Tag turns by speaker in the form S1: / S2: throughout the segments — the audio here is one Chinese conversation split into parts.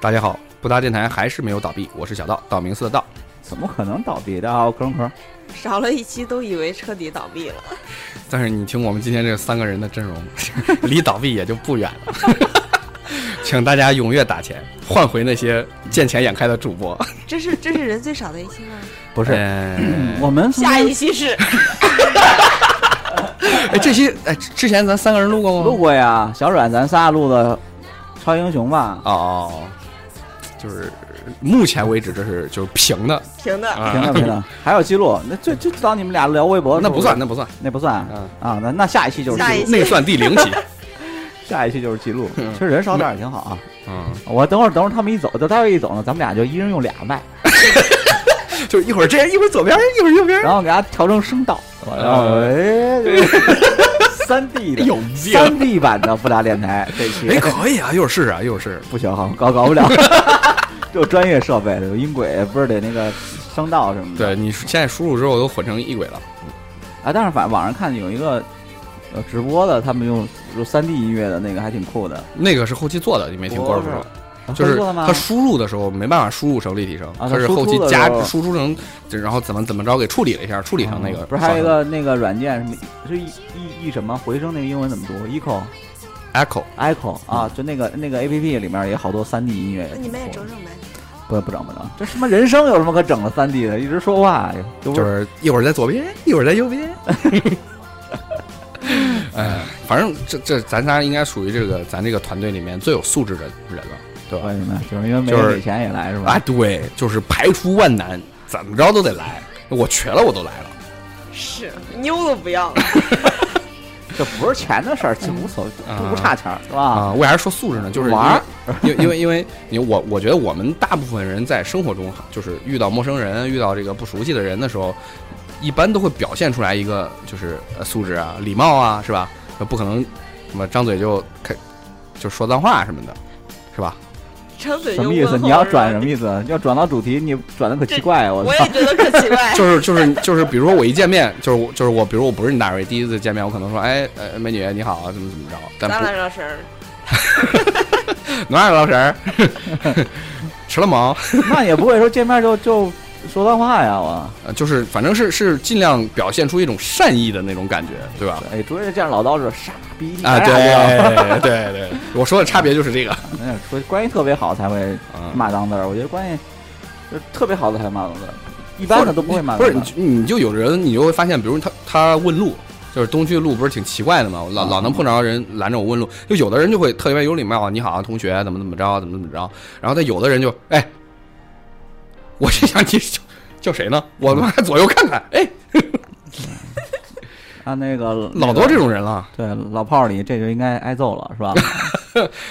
S1: 大家好，不搭电台还是没有倒闭，我是小道，道明寺的道。
S2: 怎么可能倒闭？大家啊好，我坑坑。
S3: 少了一期都以为彻底倒闭了。
S1: 但是你听我们今天这三个人的阵容， 离倒闭也就不远了。 请大家踊跃打钱，换回那些见钱眼开的主播。
S3: 这是这是人最少的一期吗？
S2: 不是，
S1: 哎
S2: 我们
S3: 下一期是
S1: 哎，这期哎，之前咱三个人录过吗？
S2: 录过呀，小阮咱仨录的超英雄吧，
S1: 哦，就是目前为止这是就是平的，
S3: 停的。
S1: 啊
S2: 停了停 了，还有记录，那就就当你们俩聊微博的时
S1: 那
S2: 候
S1: 不算，，那不 算，
S2: 那不算
S1: 嗯
S2: 啊，那那下一期就是
S3: 下
S2: 记
S3: 一期
S2: 录，
S1: 那算第零 期。
S2: 下一期就是记录，
S1: 嗯
S2: 其实人少点儿也挺好啊。
S1: 嗯，
S2: 我等会儿等会儿他们一走，就待会一走呢，咱们俩就一人用俩麦，
S1: 就是一会儿这样，一会儿左边，一会儿右边，
S2: 然后给它调成声道，然后 哎，三 D 的
S1: 嗯有病
S2: 三 D 版的不搭电台这期
S1: 哎，可以啊，一会儿试试啊，一会儿试试。
S2: 不行，搞搞不了， 有专业设备的，有音轨，不是得那个声道什么的。
S1: 对你现在输入之后都混成异轨了，
S2: 啊，但是反网上看有一个呃直播的，他们用用三 D 音乐的那个还挺酷的，
S1: 那个是后期做的，你没听过
S2: 不
S1: 是
S2: 是
S1: 吧？
S2: 啊
S1: 就是
S2: 会做的吗
S1: 它？输入的时候没办法输入成立体声，
S2: 它
S1: 它是
S2: 输出
S1: 后期
S2: 的时
S1: 加
S2: 候
S1: 输出成，然后怎么怎么着给处理了一下，处理成那个。
S2: 哦嗯不是还有一个那个软件什么是一一一什么回声那个英文怎么读？Echo
S1: Echo，
S2: Echo 啊，
S1: 嗯
S2: 就那个那个 A P P 里面也好多三 D 音乐。
S3: 那你们也整整呗，
S2: 不不整不整，这什么人生有什么可整的三 D 的？一直说话就
S1: 就是是一会儿在左边，一会儿在右 边。哎，反正这这咱仨应该属于这个咱这个团队里面最有素质的人了，对吧
S2: 为？什么？就是因为没
S1: 就是
S2: 人给钱也来是吧？
S1: 啊，对，就是排除万难，怎么着都得来。我瘸了我都来了，
S3: 是妞都不要了。
S2: 这不是钱的事儿，这无所谓，
S1: 嗯
S2: 这不差钱儿是吧？
S1: 啊，为啥说素质呢？就是因为
S2: 玩儿，
S1: 因为 因为因为你我我觉得我们大部分人在生活中，就是遇到陌生人、遇到这个不熟悉的人的时候，一般都会表现出来一个就是呃素质啊、礼貌啊，是吧？不可能什么张嘴就开就说脏话什么的，是吧？
S3: 张嘴
S2: 什
S3: 就
S2: 么意思？
S3: 问候
S2: 你要
S3: 是吧
S2: 转什么？意思？要转到主题，你转的可奇怪，啊我
S3: 我
S2: 操
S3: 也！觉得可奇 怪。
S1: 就是就是就是，比如说我一见面，就是我就是我，比如我不是你大瑞，第一次见面，我可能说，哎呃，美女你好啊，怎么怎么着，但
S3: 咱
S1: 不
S3: 俩这声，
S1: 哪有老婶儿， 吃了吗？
S2: 那也不会说见面就就说脏话呀，我。
S1: 呃，就是反正是是尽量表现出一种善意的那种感觉，对吧？
S2: 哎，主要是这样老道士傻逼
S1: 啊，
S2: 你俩哎呀
S1: 对对 对，我说的差别就是这个。
S2: 没有说关系特别好才会
S1: 嗯
S2: 骂脏字儿，我觉得关系就是特别好的才骂脏字儿，一般的都不会骂
S1: 不
S2: 脏
S1: 是
S2: 字
S1: 你
S2: 儿。
S1: 就你就有人你就会发现，比如他他问路，就是东区的路不是挺奇怪的嘛，我老老能碰着人拦着我问路，就有的人就会特别有礼貌，你好啊，同学，怎么怎么着，怎么怎么着，然后他有的人就哎，我就想你叫叫谁呢？我他妈还左右看看，哎，
S2: 啊，那个
S1: 老多这。种人了，
S2: 那个对老炮儿里，这就应该挨揍了， 是吧？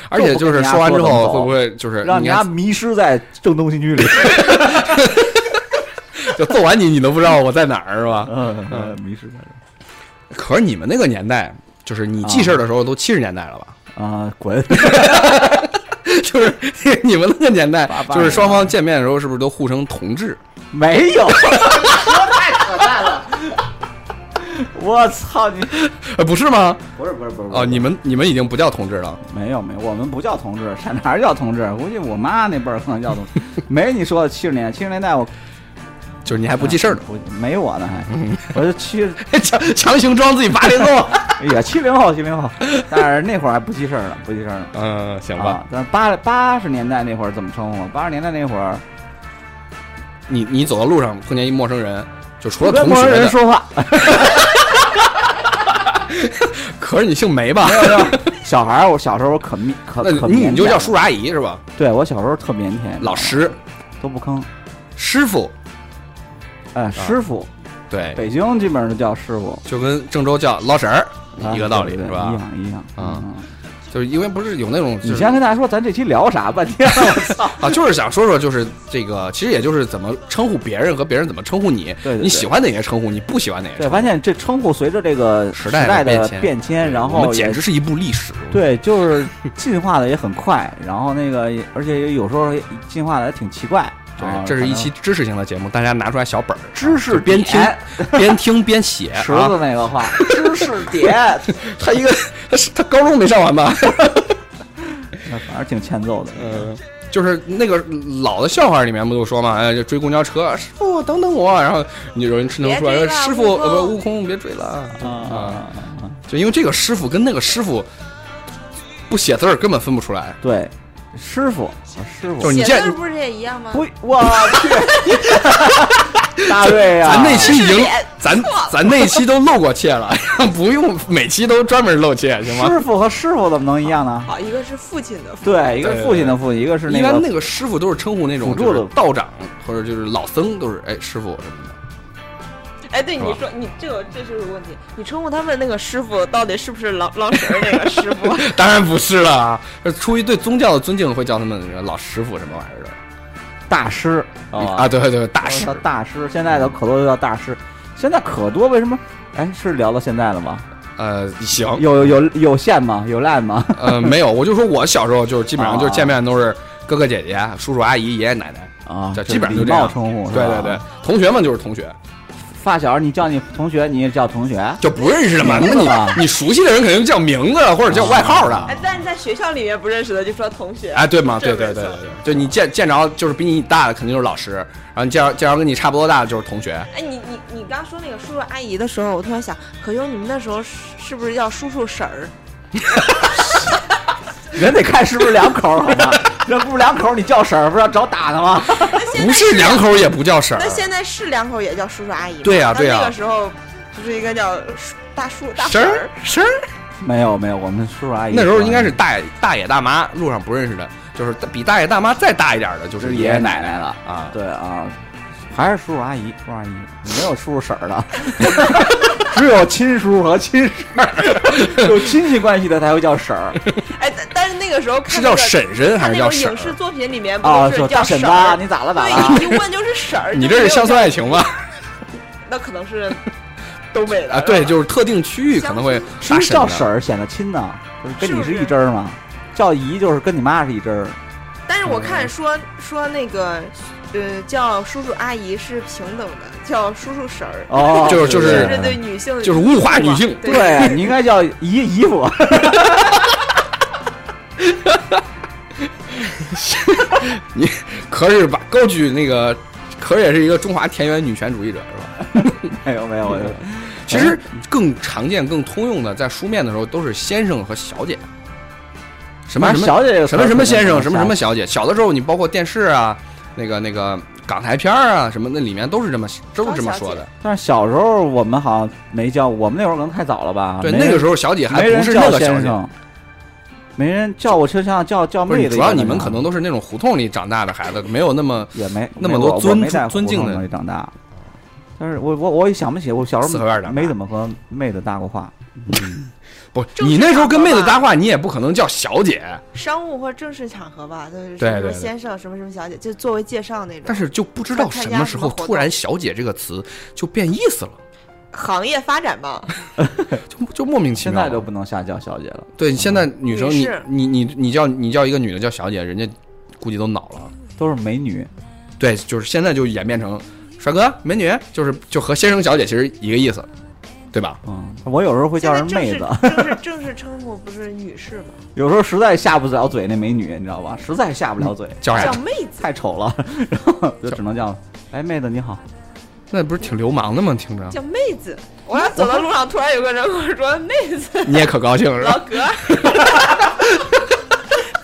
S1: 而且就是说完之
S2: 就不跟人家说怎么
S1: 后
S2: 走
S1: 会不会就是
S2: 让
S1: 你
S2: 你家
S1: 看
S2: 迷失在正东新 区里，
S1: 就揍完你你都不知道我在哪儿是吧？
S2: 嗯，嗯迷失在这
S1: 可是你们那个年代，就是你记事儿的时候都七十年代了吧？
S2: 儿啊，滚！
S1: 就是 你们那个年代
S2: 八，八
S1: 就是
S2: 年
S1: 双方见面的时候，是不是都互称同志？
S2: 没有，太扯淡了。 我操你！
S1: 呃，不是吗？
S2: 不是不是不是
S1: 哦，你们你们已经不叫同志了。
S2: 没有没有，我们不叫同志，上哪儿叫同志？估计我妈那辈儿可能叫同 志，没你说的七十年，七十年代我
S1: 就是你
S2: 啊
S1: 还不记事儿呢， 嗯
S2: 不没我呢还，我就七
S1: 强强行装自己八零后。
S2: 哎呀七零后七零后，但是那会儿还不记事儿呢，不记事儿呢。
S1: 嗯，行吧，
S2: 啊，但是八八十年代那会儿怎么称呼？八十年代那会儿，
S1: 你你走到路上碰见一陌生人，就除了
S2: 跟
S1: 同
S2: 陌
S1: 学
S2: 生人
S1: 的，
S2: 说话，
S1: 可是你姓梅吧？
S2: 没有没有。小孩儿，我小时候可腼可
S1: 那
S2: 可
S1: 你
S2: 腼
S1: 你就
S2: 腆
S1: 叫
S2: 了
S1: 叔叔阿姨是吧？
S2: 对我小时候特腼腆，
S1: 老师
S2: 都不吭。
S1: 师傅，啊
S2: 哎，师傅，
S1: 对，
S2: 北京基本上都叫师傅，
S1: 就跟郑州叫老婶儿
S2: 啊
S1: 一个道理
S2: 对
S1: 是
S2: 对
S1: 吧
S2: 一？样一样
S1: 啊。
S2: 嗯
S1: 就是因为不是有那种就
S2: 你
S1: 是
S2: 先跟大家说，咱这期聊啥半天？我操！
S1: 啊，就是想说说，就是这个，其实也就是怎么称呼别人和别人怎么称呼你，
S2: 对对对
S1: 你喜欢哪个称呼，你不喜欢哪个
S2: 对，
S1: 称
S2: 发现这称呼随着这个
S1: 时代的
S2: 代
S1: 变
S2: 的
S1: 迁
S2: 变迁，然
S1: 呼，我
S2: 后
S1: 们简
S2: 也
S1: 直是一部历史。
S2: 对，就是进化的也很快，然后那个也而且有时候进化的也挺奇怪。啊
S1: 对，这是一期知识型的节目，大家拿出来小本儿，啊
S2: 知识
S1: 就边听
S2: 点
S1: 边听边 写
S2: 可能池
S1: 啊。
S2: 子那个话，知识点，
S1: 他一个他是他高中没上完吧？
S2: 反而挺欠 揍的。
S1: 呃，就是那个老的笑话里面不就说嘛，哎，就追公交车，师傅等等我，然后你有人吃能出来
S3: 别追
S1: 说
S3: 了
S1: 师
S3: 悟
S1: 傅，
S3: 空
S1: 呃，不，悟空别追了
S2: 啊啊啊！啊啊
S1: 就因为这个师傅跟那个师傅不写字儿根本分不出来，
S2: 对，师傅，啊师傅
S1: 就是你
S3: 写
S1: 见
S3: 字儿不是也一样吗？
S2: 不，我去， 大瑞啊呀、
S1: 咱那期已
S3: 是
S1: 经
S3: 脸，
S1: 咱咱那期都露过怯了， 哎不用每期都专门露怯，行吗？
S2: 师傅和师傅怎么能一样呢？
S3: 好，一个是父亲的父，
S2: 对，一个
S1: 对
S2: 是父亲的父亲，一个是
S1: 一
S2: 那
S1: 般那
S2: 个
S1: 个师傅都是称呼那种
S2: 辅助
S1: 就是
S2: 的
S1: 道长或者就是老僧，都是哎师傅什么的。
S3: 哎，对，
S1: 是
S3: 你
S1: 吧
S3: 说你这个这就是个问题，你称呼他们那个师傅到底是不是狼狼神儿那个师傅？
S1: 当然不是了啊，是出于对宗教的尊敬，会叫他们老师傅什么玩意儿的
S2: 大师
S1: 啊？，对对对，大师
S2: 叫大师。现在的可多就叫大师，现在可多为什么？哎，是聊到现在了吗？
S1: 呃行
S2: 有有有有线吗？有 line 吗？
S1: 呃没有，我就说我小时候就是基本上就是
S2: 啊
S1: 见面都是哥哥姐姐、叔叔阿姨、爷爷奶奶，
S2: 啊，
S1: 这
S2: 这
S1: 基本上就
S2: 礼
S1: 这样
S2: 貌称呼，
S1: 对
S2: 是吧
S1: 对对，，同学们就是同学，
S2: 发小你叫你同学，你也叫同学。
S1: 就不认识的嘛，那
S2: 名字吧
S1: 你你熟悉的人肯定叫名字或者叫外号的
S2: 啊
S3: 哎，但是在学校里面不认识的就说同学，
S1: 哎，对嘛，对
S3: 这
S1: 对
S3: 没
S1: 对对
S3: 错
S1: 对，就你见见着就是比你大的肯定就是老师，然后你见着见着跟你差不多大的就是同学，
S3: 哎，你你你刚说那个叔叔阿姨的时候，我突然想，可优，你们那时候是是不是叫叔叔婶儿？
S2: 人得看是不是两口儿，好吧？这不是两口儿，你叫婶儿不是要找打的吗？
S1: 不是两口也不叫婶儿
S3: 那，现在是两口也叫叔叔阿姨吗？
S1: 对呀对呀啊
S3: 那那个时候不是应该叫叔大叔大
S1: 婶儿
S3: 婶儿？
S1: 婶儿。
S2: 没有没有，我们叔叔阿姨
S1: 那时候应该是大爷大爷大妈，路上不认识的，就是比大爷大妈再大一点的，就
S2: 就是是
S1: 爷
S2: 爷
S1: 爷
S2: 爷
S1: 奶奶
S2: 奶奶
S1: 了
S2: 了
S1: 啊。
S2: 对啊，还是叔叔阿姨，叔叔阿姨没有叔叔婶 儿的，只有亲叔和亲婶儿，有亲戚关系的才会叫婶 儿
S3: 哎，但但是那个时候看
S1: 是
S3: 那
S1: 叫
S3: 个
S1: 婶婶还是
S3: 看那
S1: 叫
S3: 种
S1: 婶
S3: 影视
S1: 儿？
S3: 作品里面不
S2: 啊，
S3: 都
S2: 说
S3: 是
S2: 大
S3: 叫
S2: 婶
S3: 婶
S2: 子
S3: 儿？
S2: 啊，你咋了咋了？
S3: 对，一问就是婶儿。
S1: 你这
S3: 就没
S1: 是
S3: 有
S1: 乡村
S3: 叫
S1: 爱情吧？
S3: 那可能是 东北的
S1: 啊，对，
S3: 是
S1: 就是特定区域可能会
S2: 是
S1: 大
S2: 不是叫
S1: 婶啊
S2: 婶
S1: 儿。
S2: 儿显得亲呢？就是跟你
S3: 是不
S2: 是
S3: 是
S2: 一支儿吗？叫姨就是跟你妈是 一支儿，
S3: 吧但是我看说说那个呃叫叔叔阿姨是平等的，叫叔叔婶儿
S2: 哦，
S1: 就是
S2: 对
S1: 就是
S3: 这对女性的
S1: 就是物化女性
S3: 对
S2: 对，你应该叫姨姨夫，
S1: 可是吧，高举那个，可是也是一个中华田园女权主义者，是吧？
S2: 没有没有，我
S1: 其实更常见、更通用的，在书面的时候都是先生和小姐。什么
S2: 反
S1: 什
S2: 正
S1: 么
S2: 小姐这个词
S1: 什
S2: 儿
S1: 么什么
S2: 肯定
S1: 先生，
S2: 是
S1: 什么什么小姐。小的时候，你包括电视啊，那个那个港台片儿啊，什么那里面都是这么都是这么说的。
S2: 但是小时候我们好像没叫，我们那会儿可能太早了吧？
S1: 对，
S2: 没
S1: 那个
S2: 人
S1: 时候小姐还
S2: 没
S1: 不
S2: 人
S1: 是那
S2: 叫
S1: 个小
S2: 先
S1: 姐，
S2: 生，没人叫我车厢叫叫
S1: 不是
S2: 妹
S1: 主
S2: 子。
S1: 要你们可能都是那种胡同里长大的孩子，没有那么
S2: 也没
S1: 那么
S2: 没
S1: 多
S2: 我我
S1: 尊
S2: 没在
S1: 尊
S2: 胡
S1: 敬
S2: 同
S1: 的
S2: 里长大。但是我我我也想不起，我小时
S1: 四
S2: 候
S1: 合院儿长大
S2: 没怎么和妹子搭过话。
S1: 不。
S3: 正
S1: 你
S3: 式
S1: 那时候
S3: 场
S1: 跟
S3: 合
S1: 妹子
S3: 吧
S1: 搭话，你也不可能叫小姐，
S3: 商务或正式场合吧，就是
S1: 对
S3: 什么
S1: 对对
S3: 先生、什么什么小姐，就作为介绍那种。
S1: 但是就不知道
S3: 参
S1: 什
S3: 加
S1: 么
S3: 什
S1: 时
S3: 么
S1: 候
S3: 活动
S1: 突然“小姐”这个词就变意思了，
S3: 行业发展嘛，
S1: 就就莫名其
S2: 现
S1: 妙
S2: 在都
S1: 了。
S2: 不能瞎叫小姐了。
S1: 对，现在女生
S3: 女
S1: 你
S3: 士
S1: 你你你叫你叫一个女的叫小姐，人家估计都恼了。
S2: 都是美女，
S1: 对，就是现在就演变成帅哥、美女，就是就和先生、小姐其实一个意思，对吧？
S2: 嗯，我有时候会
S3: 现
S2: 叫
S3: 在
S2: 人
S3: 正
S2: 妹
S3: 式
S2: 子，
S3: 正式正式称呼不是女士吗？
S2: 有时候实在下不了嘴那美女，你知道吧？实在下不了嘴，
S1: 叫啥
S3: 叫？妹子，
S2: 太丑了，然后就只能叫，哎，妹子你好，
S1: 那不是挺流氓的吗？听着，
S3: 叫妹子。我要走到路上，突然有个人跟我说：“妹子，
S1: 你也可高兴 是
S3: 老
S1: 吧？
S3: 哥，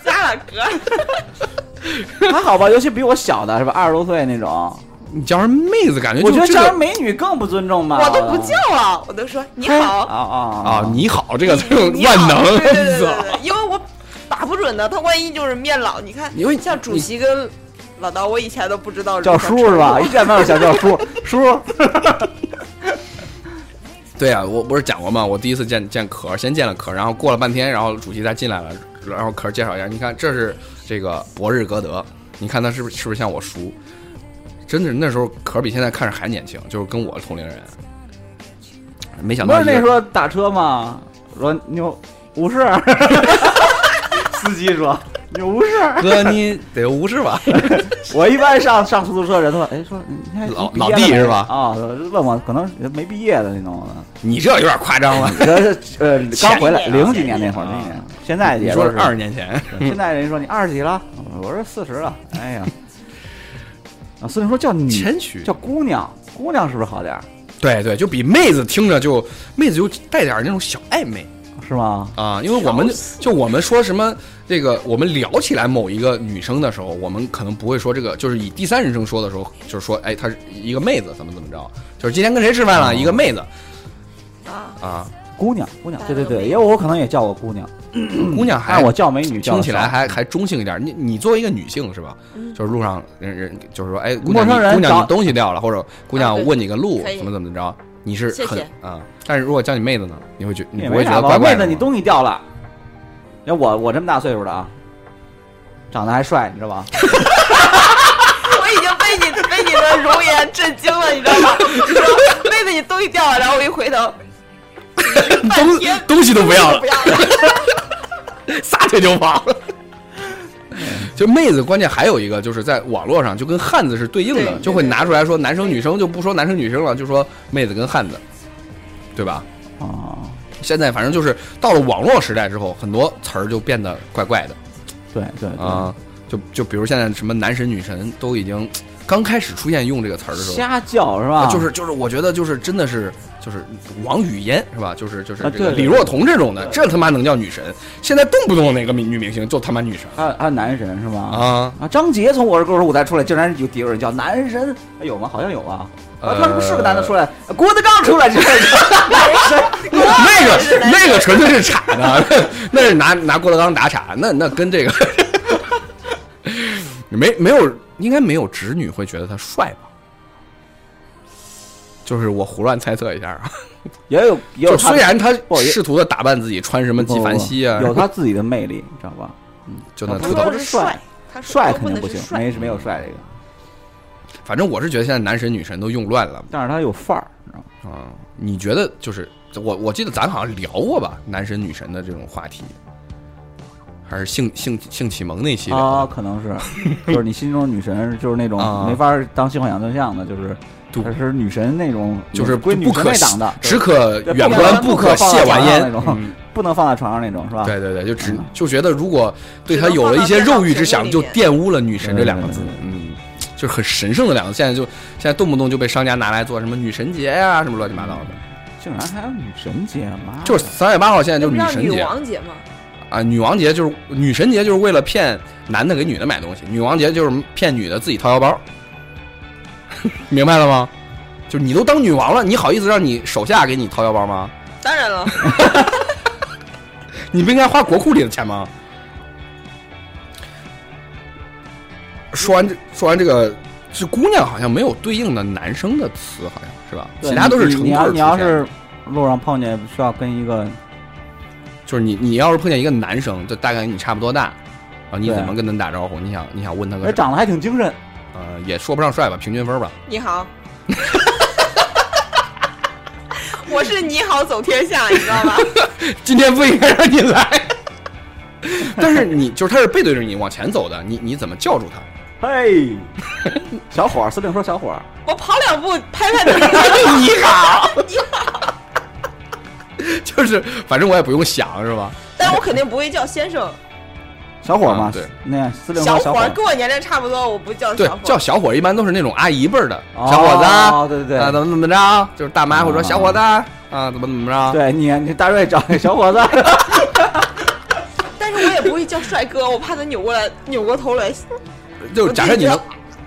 S3: 加了哥。
S2: 还好吧？尤其比我小的是吧？二十多岁那种，
S1: 你叫人妹子，感觉
S2: 我
S1: 哎就
S2: 觉得
S1: 这
S2: 叫人
S1: 个
S2: 美女更不尊重吧？
S3: 我都不叫啊，我都说你
S1: 哎
S2: 啊
S3: 好，
S2: 啊
S1: 啊，你好， 这个
S3: 你 你
S1: 万
S3: 好
S1: 能，啊
S3: 对对对对
S1: 操
S3: 对，因为我打不准的，他万一就是面老，你看，
S1: 因为
S3: 像主
S1: 你
S3: 席跟老刀，我以前都不知道
S2: 叫
S3: 如何
S2: 叔
S3: 称
S2: 是吧？
S3: 呼
S2: 一见面就想叫 叔，叔
S1: 对啊，我不是讲过吗？我第一次见见壳儿，先见了壳儿，然后过了半天，然后主席才进来了，然后壳儿介绍一下，你看这是这个博日格德，你看他是不是是不是像我叔？真的，那时候壳儿比现在看着还年轻，就是跟我同龄人。没想
S2: 不
S1: 到
S2: 是那时
S1: 候
S2: 候 打车吗？说牛五十，司机说你无视。
S1: 哥， 你得无视吧？
S2: 我一般上上出租车，人都说，哎，说你还
S1: 老
S2: 你毕业
S1: 老
S2: 了
S1: 弟
S2: 没
S1: 是吧
S2: 啊，问我可能没毕业的那种的，
S1: 你这有点夸张了。
S2: 这呃刚回来
S4: 前年啊
S2: 零几年那会儿，那年
S4: 前年啊
S2: 现在
S1: 你
S2: 也
S1: 说
S2: 都
S1: 是二十年前，
S2: 现在人说你二十几了，我说四十了，哎呀，啊，所以说叫女
S1: 谦虚
S2: 叫姑娘，姑娘是不是好点儿？
S1: 对对，就比妹子听着就妹子就带点那种小暧昧
S2: 是吗？
S1: 啊，因为我们
S4: 笑死
S1: 就我们说什么这个，我们聊起来某一个女生的时候，我们可能不会说这个，就是以第三人称说的时候，就是说哎，她是一个妹子，怎么怎么着，就是今天跟谁吃饭了，
S2: 哦
S1: 一个妹子
S3: 啊，
S1: 啊，
S2: 姑娘，姑娘，
S3: 大
S2: 对对
S3: 家
S2: 对，
S3: 都
S2: 也有我可能也叫过姑娘，
S1: 姑娘还
S2: 但我叫美女
S1: 哎
S2: 叫
S1: 听
S2: 得
S1: 起来
S2: 少
S1: 还还中性一点。你你作为一个女性是吧？
S3: 嗯
S1: 就是路上人人就是说，哎，姑娘
S2: 陌生
S1: 你
S2: 人
S1: 姑娘
S2: 找
S1: 你东西掉了，或者姑
S3: 啊
S1: 娘
S3: 对
S1: 我问你个路
S3: 可以
S1: 怎么怎么着，你是
S3: 谢
S1: 很
S3: 谢
S1: 啊。但是如果叫你妹子呢，你会觉你
S2: 也
S1: 不会
S2: 没
S1: 觉
S2: 啥
S1: 得
S2: 吧？
S1: 怪怪
S2: 妹
S1: 的吗
S2: 子，你东西掉了，要我我这么大岁数了啊，长得还帅，你知道吧？
S3: 我已经被你被你的容颜震惊了，你知道吗？你说妹子你东西掉了，然后我一回头，半天
S1: 东东西都不要了
S3: 不，要了，
S1: 撒腿就跑。就妹子，关键还有一个就是在网络上就跟汉子是对应
S3: 对
S1: 的，
S3: 对
S1: 就会拿出来说男生女生就不说男生女生了，就说妹子跟汉子，对吧？
S2: 啊，
S1: 现在反正就是到了网络时代之后，很多词儿就变得怪怪的。
S2: 对对对，
S1: 啊，就就比如现在什么男神女神都已经刚开始出现用这个词儿的时候，
S2: 瞎叫是吧？
S1: 啊就是就是我觉得就是真的是就是王语嫣是吧？就是就是
S2: 啊
S1: 这个
S2: 对
S1: 李
S2: 对
S1: 若彤这种的，
S2: 对
S1: 这他妈能叫女神？现在动不动哪个女明星就他妈女神
S2: 还有还有男神是吗？
S1: 啊？
S2: 啊，张杰从《我是歌手》舞台出来，竟然有底有人叫男神，哎有吗？好像有啊。啊，他
S1: 呃
S2: 是不是个男的出来？郭德纲出来就是 男神，
S1: 那个那个纯粹是插的， 那是拿拿郭德纲打岔，那那跟这个 没没有，应该没有直女会觉得他帅吧？就是我胡乱猜测一下啊。
S2: 也有也有
S1: 就
S2: 他
S1: 虽
S2: 的
S1: 然他
S2: 不
S1: 试图的打扮自己，穿什么纪梵希啊，
S2: 有他自己的魅力，你知道吧？
S1: 就那
S2: 不
S1: 秃头。
S2: 是
S3: 说
S2: 不
S3: 的是
S2: 帅
S3: 帅，他说
S2: 帅
S3: 我
S2: 肯
S3: 问
S2: 定不
S3: 的是
S2: 行，
S3: 帅
S2: 没没有帅这个，
S1: 反正我是觉得现在男神女神都用乱了
S2: 但是他有范儿，你知道吗？
S1: 啊、你觉得就是我我记得咱好像聊过吧，男神女神的这种话题，还是性性性启蒙那期聊
S2: 啊，
S1: 的。
S2: 可能是，就是你心中的女神，就是那种
S1: 啊
S2: 没法儿当性幻想对象的，就是
S1: 对
S2: 她是女神那种，
S1: 就是
S2: 归嗯女
S1: 不
S2: 神
S1: 可
S2: 那档的，
S1: 只可
S2: 对
S1: 远
S2: 不
S1: 观
S2: 不
S1: 可
S2: 放
S1: 亵
S2: 在
S1: 玩
S2: 床上
S1: 焉嗯
S2: 那。 种，不能放在床上那种，是吧？
S1: 对对对，就只
S2: 嗯
S1: 就觉得如果对他有了一些肉欲之想，就玷污了女神这两个字
S2: 对对对。
S1: 嗯，就是很神圣的两个字。现在就现在动不动就被商家拿来做什么女神节呀、什么乱七八糟的。
S2: 竟然还有女神节，妈的，
S1: 就是三月八号现在就是
S3: 不
S1: 女
S3: 叫
S1: 神
S3: 女
S1: 节
S3: 王节吗？
S1: 啊，女王节就是女神节，就是为了骗男的给女的买东西，女王节就是骗女的自己掏腰包， 明白了吗？就是你都当女王了，你好意思让你手下给你掏腰包吗？
S3: 当然了，
S1: 你不应该花国库里的钱吗？说完这说完这个，这姑娘好像没有对应的男生的词，好像是吧？
S2: 对
S1: 其他都是
S2: 你
S1: 成
S2: 你
S1: 对
S2: 要
S1: 儿
S2: 你要
S1: 出现的
S2: 是路上碰见需要跟一个
S1: 就是你你要是碰见一个男生，就大概跟你差不多大，然后你
S2: 对
S1: 怎么跟他打招呼？你想你想问他个
S2: 而
S1: 啥？
S2: 哎长得还挺精神，
S1: 呃，也说不上帅吧，平均分吧。
S3: 你好。我是你好走天下，你知道吗？
S1: 今天不应该让你来，但是你就是他是背对着你往前走的，你你怎么叫住他？
S2: 嘿，小伙儿，司令说小伙儿，
S3: 我跑两步拍拍他，
S1: 哎你好， 就是反正我也不用想是吧？
S3: 但我肯定不会叫先生。
S2: 小伙儿嘛，
S1: 啊对
S2: 那样司令
S3: 小
S2: 说
S3: 伙
S2: 伙
S3: 儿
S2: 儿，
S3: 跟我年龄差不多，我不叫
S1: 对
S3: 小伙，儿，
S1: 叫小伙儿一般都是那种阿姨辈儿的小伙子啊，
S2: 哦，对对
S1: 啊
S2: 对，
S1: 怎么怎么着，就是大妈会说
S2: 啊
S1: 小伙子啊，啊怎么怎么着，
S2: 对你你大瑞找那小 伙子，
S3: 但是我也不会叫帅哥，我怕他扭过来扭过头来，
S1: 就是假设你能
S3: 我自，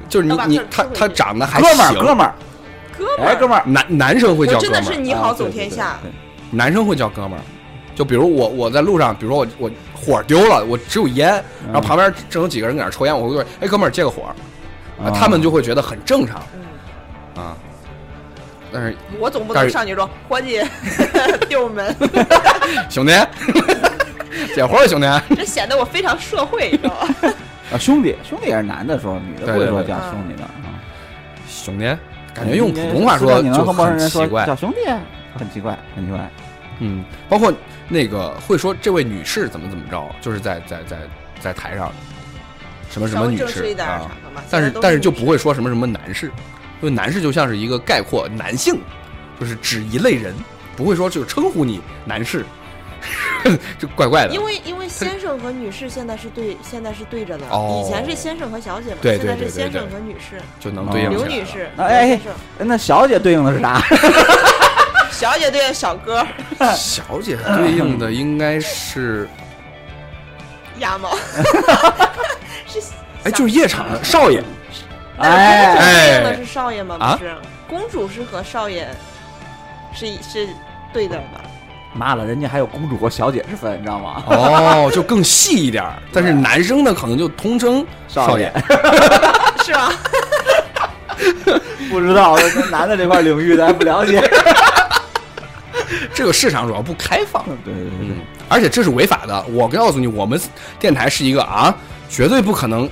S1: 就是你
S3: 要把
S1: 你
S3: 字儿
S1: 他
S3: 收回
S1: 他
S3: 去
S1: 长得还
S2: 哥们儿
S1: 行啊
S2: 哥们儿，
S3: 哥们
S2: 哎
S3: 儿，
S2: 哥们儿，
S1: 男男生会
S3: 我
S1: 叫哥
S3: 真
S1: 们
S3: 的
S1: 儿，
S3: 是你好走天下
S2: 啊，
S1: 嗯
S2: 对对对
S1: 男生会叫哥们儿，就比如我我在路上，比如说我我火丢了，我只有烟，然
S2: 嗯
S1: 后旁边正有几个人搁那儿抽烟，我会说，哎哥们儿借个火儿，
S2: 对
S1: 啊
S2: 啊
S1: 他们就会觉得很正常
S3: 嗯，
S1: 啊。但是
S3: 我总不
S1: 但
S3: 能
S1: 是
S3: 上去说伙计 丢门，
S1: 兄弟， 借火儿兄弟，
S3: 这显得我非常社会，你 知道吗？
S2: 啊兄弟兄弟也是男的说，女的
S1: 对
S2: 不
S1: 对
S2: 会说
S1: 对
S2: 叫
S3: 嗯
S2: 兄弟的，啊
S1: 兄弟，感觉用普通话
S2: 司
S1: 说
S2: 令你能
S1: 就
S2: 嗯和陌生
S1: 很
S2: 人
S1: 奇
S2: 说
S1: 怪
S2: 叫，兄弟，啊很奇怪很奇怪，
S1: 嗯，包括那个会说这位女士怎么怎么着，就是在在在在台上什么什么女
S3: 稍微正
S1: 士
S3: 式一点儿
S1: 啊
S3: 啥的嘛，
S1: 但是
S3: 现在都是
S1: 但是就
S3: 女士
S1: 不会说什么什么男士，因为男士就像是一个概括，男性就是指一类人，不会说就称呼你男士， 就怪怪的
S3: 因。为因为先生和女士现在是对现在是对着的，
S1: 哦
S3: 以前是先生和小姐嘛，
S1: 对对
S3: 现在
S1: 对
S3: 是
S1: 对
S3: 先生
S1: 对
S3: 和女士，
S1: 就能对应
S3: 刘
S1: 起来
S3: 女
S1: 了
S3: 士，
S2: 哎哎
S3: 刘先生
S2: 那小姐对应的是啥？
S3: 小姐对小哥，
S1: 小姐对应的应该是，
S3: 鸭 毛，是小
S1: 哎，就是夜场的少爷，
S3: 那公 主
S2: 哎，
S3: 对应的是少爷吗？
S1: 哎
S3: 不是，公主是和少爷是是对等的，
S2: 妈了，人家还有公主和小姐之分，你知道 吗？
S1: 哦，就更细一点儿。但是男生呢，可能就通称少
S2: 爷
S1: 爷。，
S3: 是吧？
S2: 不知道男的这块领域咱不 了解。
S1: 这个市场主要不开放，
S2: 对对对
S1: 嗯，而且这是违法的。我告诉你，我们电台是一个啊，绝对不可能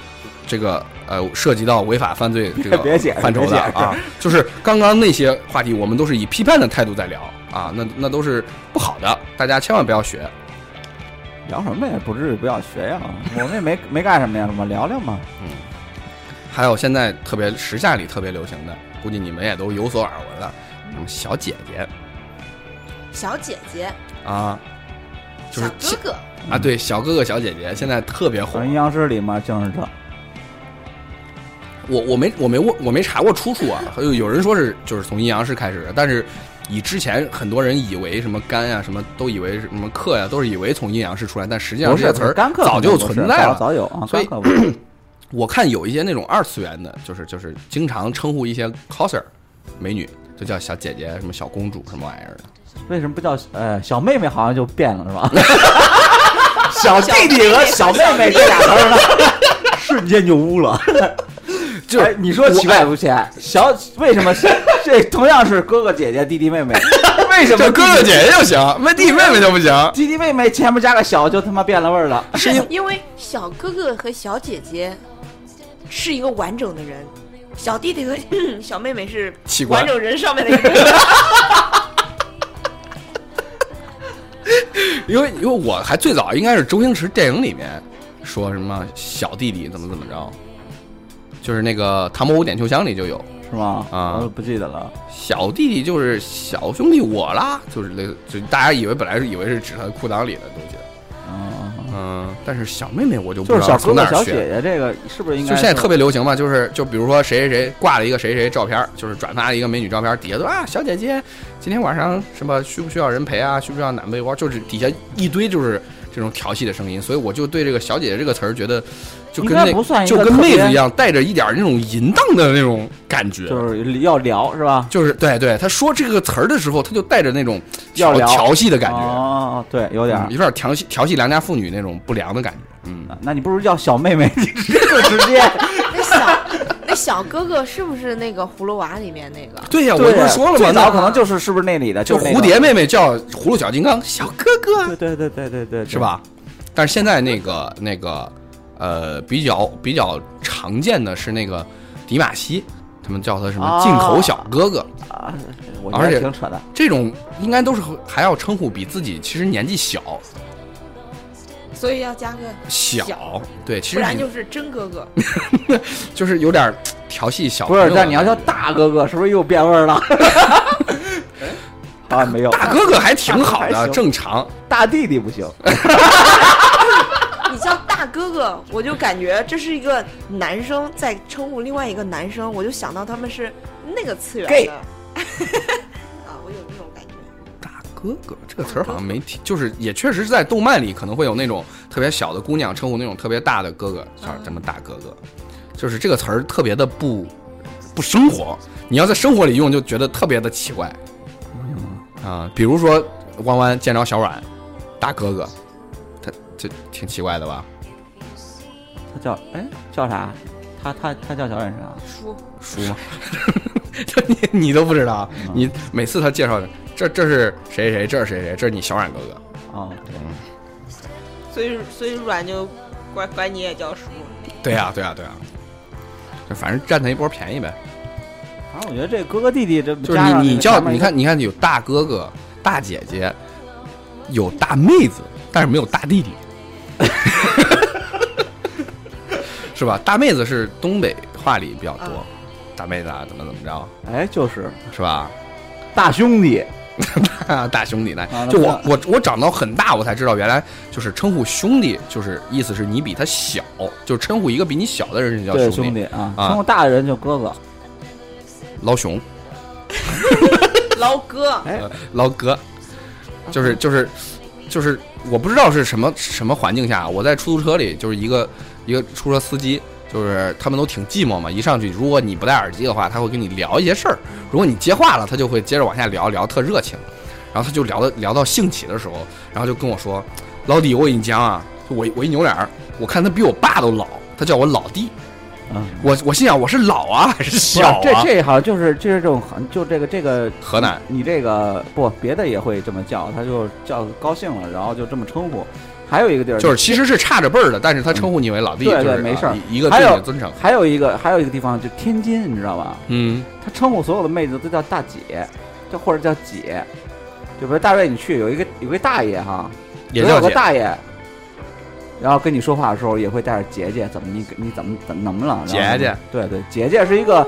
S1: 这个呃涉及到违法犯罪这个
S2: 别解释
S1: 范畴
S2: 别
S1: 的
S2: 解释
S1: 啊。就是刚刚那些话题，我们都是以批判的态度在聊啊，那那都是不好的，大家千万不要学。
S2: 聊什么也不至于不要学呀，我们也没没干什么呀，我们聊聊嘛。
S1: 哦还有现在特别时下里特别流行的，估计你们也都有所耳闻了，什么小姐姐
S3: 小姐姐，
S1: 啊，就是
S3: 小哥哥，
S1: 啊，对，小哥哥小姐姐现在特别火
S2: 反正。阴阳师里面就是这，
S1: 我我没我没问我没查过出处啊，还有有人说是就是从阴阳师开始的，但是以之前很多人以为什么干呀、什么都以为是什么克呀、都是以为从阴阳师出来，但实际上
S2: 不
S1: 这
S2: 是
S1: 个词儿
S2: 干客
S1: 早就
S2: 肯定不是
S1: 存在
S2: 早
S1: 了。
S2: 早有啊，
S1: 所以
S2: 干客不是
S1: 我看有一些那种二次元的，就是就是经常称呼一些 coser 美女，就叫小姐姐、什么小公主什么玩意儿的。
S2: 为什么不叫呃小妹妹？好像就变了 是吧？小弟弟和小妹妹这俩词儿呢， 瞬间就污了。
S1: 就是、
S2: 哎你说
S1: 我
S2: 奇怪不奇怪？小为什么 是这同样是哥哥姐姐弟弟妹妹，为什么
S1: 叫哥哥
S2: 弟弟
S1: 姐姐就行，妹弟妹妹就不行？
S2: 弟弟妹妹前面加个小就他妈变了味儿了？
S1: 是因
S3: 因为小哥哥和小姐姐是一个完整的人，小弟弟和 小妹妹是
S1: 器官
S3: 完整人上面的 一个。
S1: 因为因为我还最早应该是周星驰电影里面说什么小弟弟怎么怎么着，就是那个《唐伯虎点秋香》里就有
S2: 是吗？
S1: 啊
S2: 我都不记得了。
S1: 小弟弟就是小兄弟我啦，就是类似就大家以为本来是以为是指他裤裆里的东西，
S2: 嗯，
S1: 嗯，但是小妹妹我就不
S2: 就
S1: 知道
S2: 是小哥
S1: 从
S2: 哥
S1: 哪儿
S2: 小姐
S1: 学。
S2: 姐这个是不是应
S1: 就
S2: 该
S1: 现在
S2: 是
S1: 特别流行嘛，就是就比如说谁谁谁挂了一个谁谁谁照片儿，就是转发了一个美女照片儿，底下都啊小姐姐，今天晚上什么需不需要人陪啊，需不需要暖被窝，就是底下一堆就是这种调戏的声音，所以我就对这个小姐姐这个词儿觉得就跟
S2: 应该
S1: 那
S2: 不算一
S1: 就
S2: 个
S1: 跟
S2: 特
S1: 妹
S2: 别
S1: 子一样，带着一点儿那种淫荡的那种感觉，
S2: 就是要聊是吧？
S1: 就是对对，他说这个词儿的时候，他就带着那种
S2: 要
S1: 调
S2: 聊
S1: 调戏的感觉，
S2: 哦，对，有点儿
S1: 嗯。有点调戏调戏良家妇女那种不良的感觉。嗯，
S2: 那你不如叫小妹 妹，你这个直接。
S3: 那小那小哥哥是不是那个葫芦娃里面那个？
S1: 对 呀、我
S2: 对
S1: 不是说了吗？
S2: 最
S1: 那
S2: 早可能就是是不是那里的，
S1: 就是
S2: 那个
S1: 蝴蝶。妹妹叫葫芦小金刚小哥哥，
S2: 对对对对对对，
S1: 是？吧？但是现在那个那个呃，比较比较常见的是那个迪玛希，他们叫他什么
S2: 啊
S1: 进口小哥哥，
S2: 啊，我觉
S1: 而且
S2: 得挺扯的。
S1: 这种应该都是和还要称呼比自己其实年纪小
S3: 所以要加个，小
S1: 对，其实
S3: 不然
S1: 你
S3: 就是真哥哥。
S1: 就是有点儿调戏小
S2: 不
S1: 朋
S2: 是
S1: 友，
S2: 但你要
S1: 的
S2: 叫
S1: 感觉
S2: 大哥哥，是不是又变 味儿了？啊，没有，
S1: 大哥哥还挺好
S2: 还
S1: 的，
S2: 行
S1: 正常。
S2: 大弟弟不行。
S3: 你叫大哥哥，我就感觉这是一个男生在称呼另外一个男生，我就想到他们是那个次元
S2: Gay
S3: 的。啊，我有这种感觉。
S1: 大哥哥这个词儿好像没听，就是也确实是在动漫里可能会有那种特别小的姑娘称呼那种特别大的哥哥，叫什么大哥哥，就是这个词儿特别的不不生活，你要在生活里用就觉得特别的奇怪。啊，比如说弯弯见着小软，大哥哥，他这挺奇怪的吧？
S2: 他叫哎叫啥？他他他叫小软啥？
S3: 叔，
S2: 叔吗？
S1: 你你都不知道，你每次他介绍的这这是谁谁谁，这是谁谁，这是你小软哥哥。
S2: 哦，
S3: 所以所以软就管管你也叫叔。
S1: 对呀、对呀、对呀、就反正占他一波便宜呗。
S2: 反正我觉得这哥哥弟弟这
S1: 就是
S2: 加上
S1: 你
S2: 这
S1: 你
S2: 个
S1: 叫
S2: 前面
S1: 你
S2: 一个
S1: 看你看有大哥哥、大姐姐，有大妹子，但是没有大弟弟。 是吧？大妹子是东北话里比较多
S3: 啊，
S1: 大妹子啊，怎么怎么着，
S2: 哎，就是
S1: 是吧？
S2: 大兄弟，
S1: 大兄弟来
S2: 啊，那
S1: 就
S2: 不
S1: 我我我长到很大，我才知道原来就是称呼兄弟，就是意思是你比他小，就是称呼一个比你小的人就
S2: 对
S1: 叫
S2: 兄
S1: 弟，
S2: 弟啊，
S1: 啊
S2: 称呼大的人就哥哥。
S1: 老熊，
S3: 老哥，
S2: 哎，
S1: 呃老哥，就是就是就是，我不知道是什么什么环境下，我在出租车里就是一个一个出租车司机，就是他们都挺寂寞嘛，一上去如果你不戴耳机的话，他会跟你聊一些事儿，如果你接话了，他就会接着往下聊，聊得特热情，然后他就聊到聊到兴起的时候，然后就跟我说，老弟，我跟你讲啊，我我一扭脸儿，我看他比我爸都老，他叫我老弟，
S2: 嗯，
S1: 我我心想我是老啊还是
S2: 不是
S1: 小啊？
S2: 这这好像就是就是这种很就这个这个
S1: 河南
S2: 你这个不别的也会这么叫，他就叫高兴了，然后就这么称呼。还有一个地儿
S1: 就是其实是差着辈儿的，但是他称呼你为老弟，
S2: 嗯对
S1: 就是
S2: 对没事儿
S1: 啊一一个
S2: 还
S1: 对
S2: 有
S1: 你的尊称。
S2: 还有一个还有一个地方就天津，你知道吧？
S1: 嗯，
S2: 他称呼所有的妹子都叫大姐，叫或者叫姐。就比如大瑞，你去有一个有个大爷哈，
S1: 也
S2: 有
S1: 叫
S2: 个
S1: 姐。
S2: 大爷，然后跟你说话的时候也会带着姐姐，怎么你你怎么怎么能了？然后
S1: 姐姐，
S2: 对对，姐姐是一个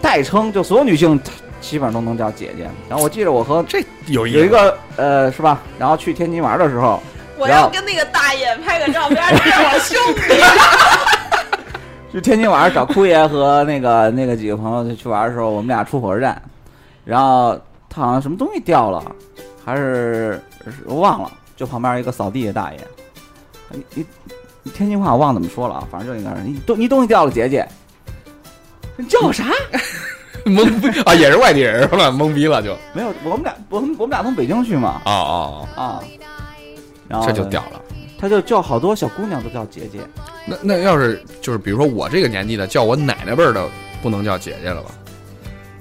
S2: 代称，就所有女性基本上都能叫姐姐。然后我记得我和
S1: 这有
S2: 有一个呃是吧，然后去天津玩的时候，
S3: 我
S2: 然后
S3: 要跟那个大爷拍个照片，这是我 兄弟。
S2: 去天津玩找库爷和那个 那个几个朋友去玩的时候，我们俩出火车站，然后他好像什么东西掉了，还是是我忘了，就旁边一个扫地的大爷，你你你天津话我忘怎么说了啊，反正就应该是你东你东西掉了，姐姐，你叫我啥？
S1: 懵逼啊，也是外地人是吧？懵逼了就，
S2: 没有，我们俩我们我们俩从北京去嘛
S1: 哦哦，
S2: 啊，然
S1: 哦
S2: 后
S1: 这就掉了。
S2: 他就叫好多小姑娘都叫姐姐，
S1: 那那要是就是比如说我这个年纪的，叫我奶奶辈儿的，不能叫姐姐了吧？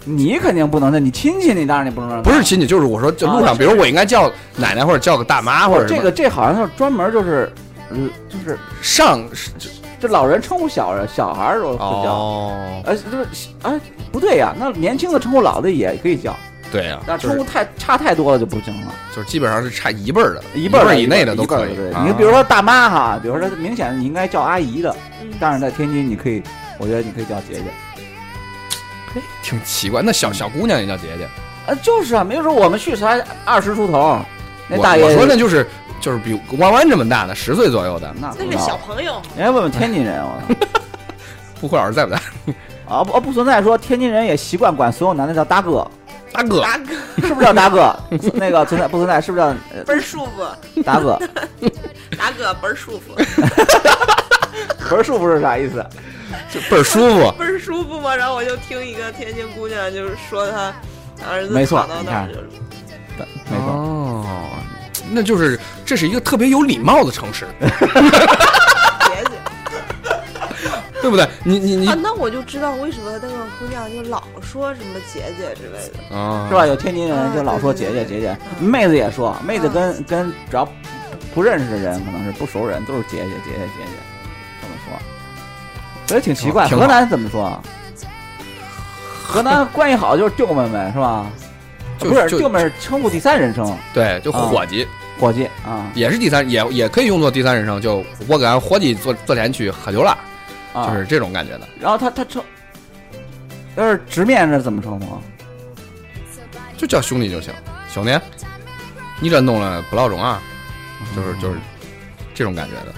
S2: 你肯定不能叫，你亲戚你当然你不能让
S1: 不是亲戚，就是我说这路上，
S2: 啊
S1: 比如我应该叫奶奶或者叫个大妈或者什
S2: 哦这
S1: 么
S2: 个这好像就是专门就是。嗯，就是
S1: 上
S2: 这老人称呼小人小孩儿都不叫，
S1: 哦，
S2: 呃，就是哎不对呀、那年轻的称呼老的也可以叫，
S1: 对呀、
S2: 但
S1: 就是
S2: 称呼
S1: 是
S2: 太差太多了就不行了，
S1: 就是基本上是差一辈儿的，一
S2: 辈儿
S1: 以内的都
S2: 一辈儿
S1: 可以
S2: 对。
S1: 啊
S2: 你比如说大妈哈，比如说明显你应该叫阿姨的，
S3: 嗯
S2: 但是在天津你可以，我觉得你可以叫姐姐，
S1: 嗯挺奇怪，那小小姑娘也叫姐姐。
S2: 呃，就是啊，没准我们去才二十出头，那
S1: 我
S2: 大爷
S1: 我说那就是就是比弯弯这么大的十岁左右的，
S2: 那不
S3: 那
S2: 知
S3: 是
S2: 道
S3: 小，朋友，
S2: 人家问问天津人，我操
S1: 不会老师在不在？
S2: 啊不不存在说天津人也习惯管所有男的叫大哥，
S1: 大哥，
S3: 大哥
S2: 是不是叫大哥？ 那个存在不存在？是不是叫
S3: 倍儿舒服，
S2: 呃大哥？
S3: 大哥倍儿舒服，
S2: 横竖不是啥意思？
S1: 这倍儿舒服。
S3: 倍儿舒服嘛。然后我就听一个天津姑娘就是说她儿子
S2: 没错
S3: 跑到那
S2: 你看
S3: 儿就是
S2: 没错，
S1: 哦，那就是这是一个特别有礼貌的城市，
S3: 姐姐。
S1: 对不对？你你你
S3: 啊，那我就知道为什么那个姑娘就老说什么姐姐之类的。
S1: 啊
S2: 是吧？？有天津人就老说姐姐
S3: 啊
S2: 姐
S3: 对对对
S2: 姐，
S3: 嗯
S2: 妹子也说，妹子跟跟只要不认识的人，可能是不熟人，都是姐姐姐姐姐姐这么说，所以挺奇怪。
S1: 哦挺好
S2: 河南怎么说？河南关系好就是舅们们是吧？
S1: 就
S2: 不是
S1: 就
S2: 舅们是称呼第三人称，
S1: 对，
S2: 啊
S1: 就伙计、
S2: 伙计啊
S1: 也是第三，也也可以用作第三人称，就我给俺伙计做做点去喝酒了，
S2: 啊。
S1: 就是这种感觉的。
S2: 然后他他称，要是直面是怎么称呼？
S1: 就叫兄弟就行，兄弟，你这弄了不老中啊，就是
S2: 嗯
S1: 就是这种感觉的。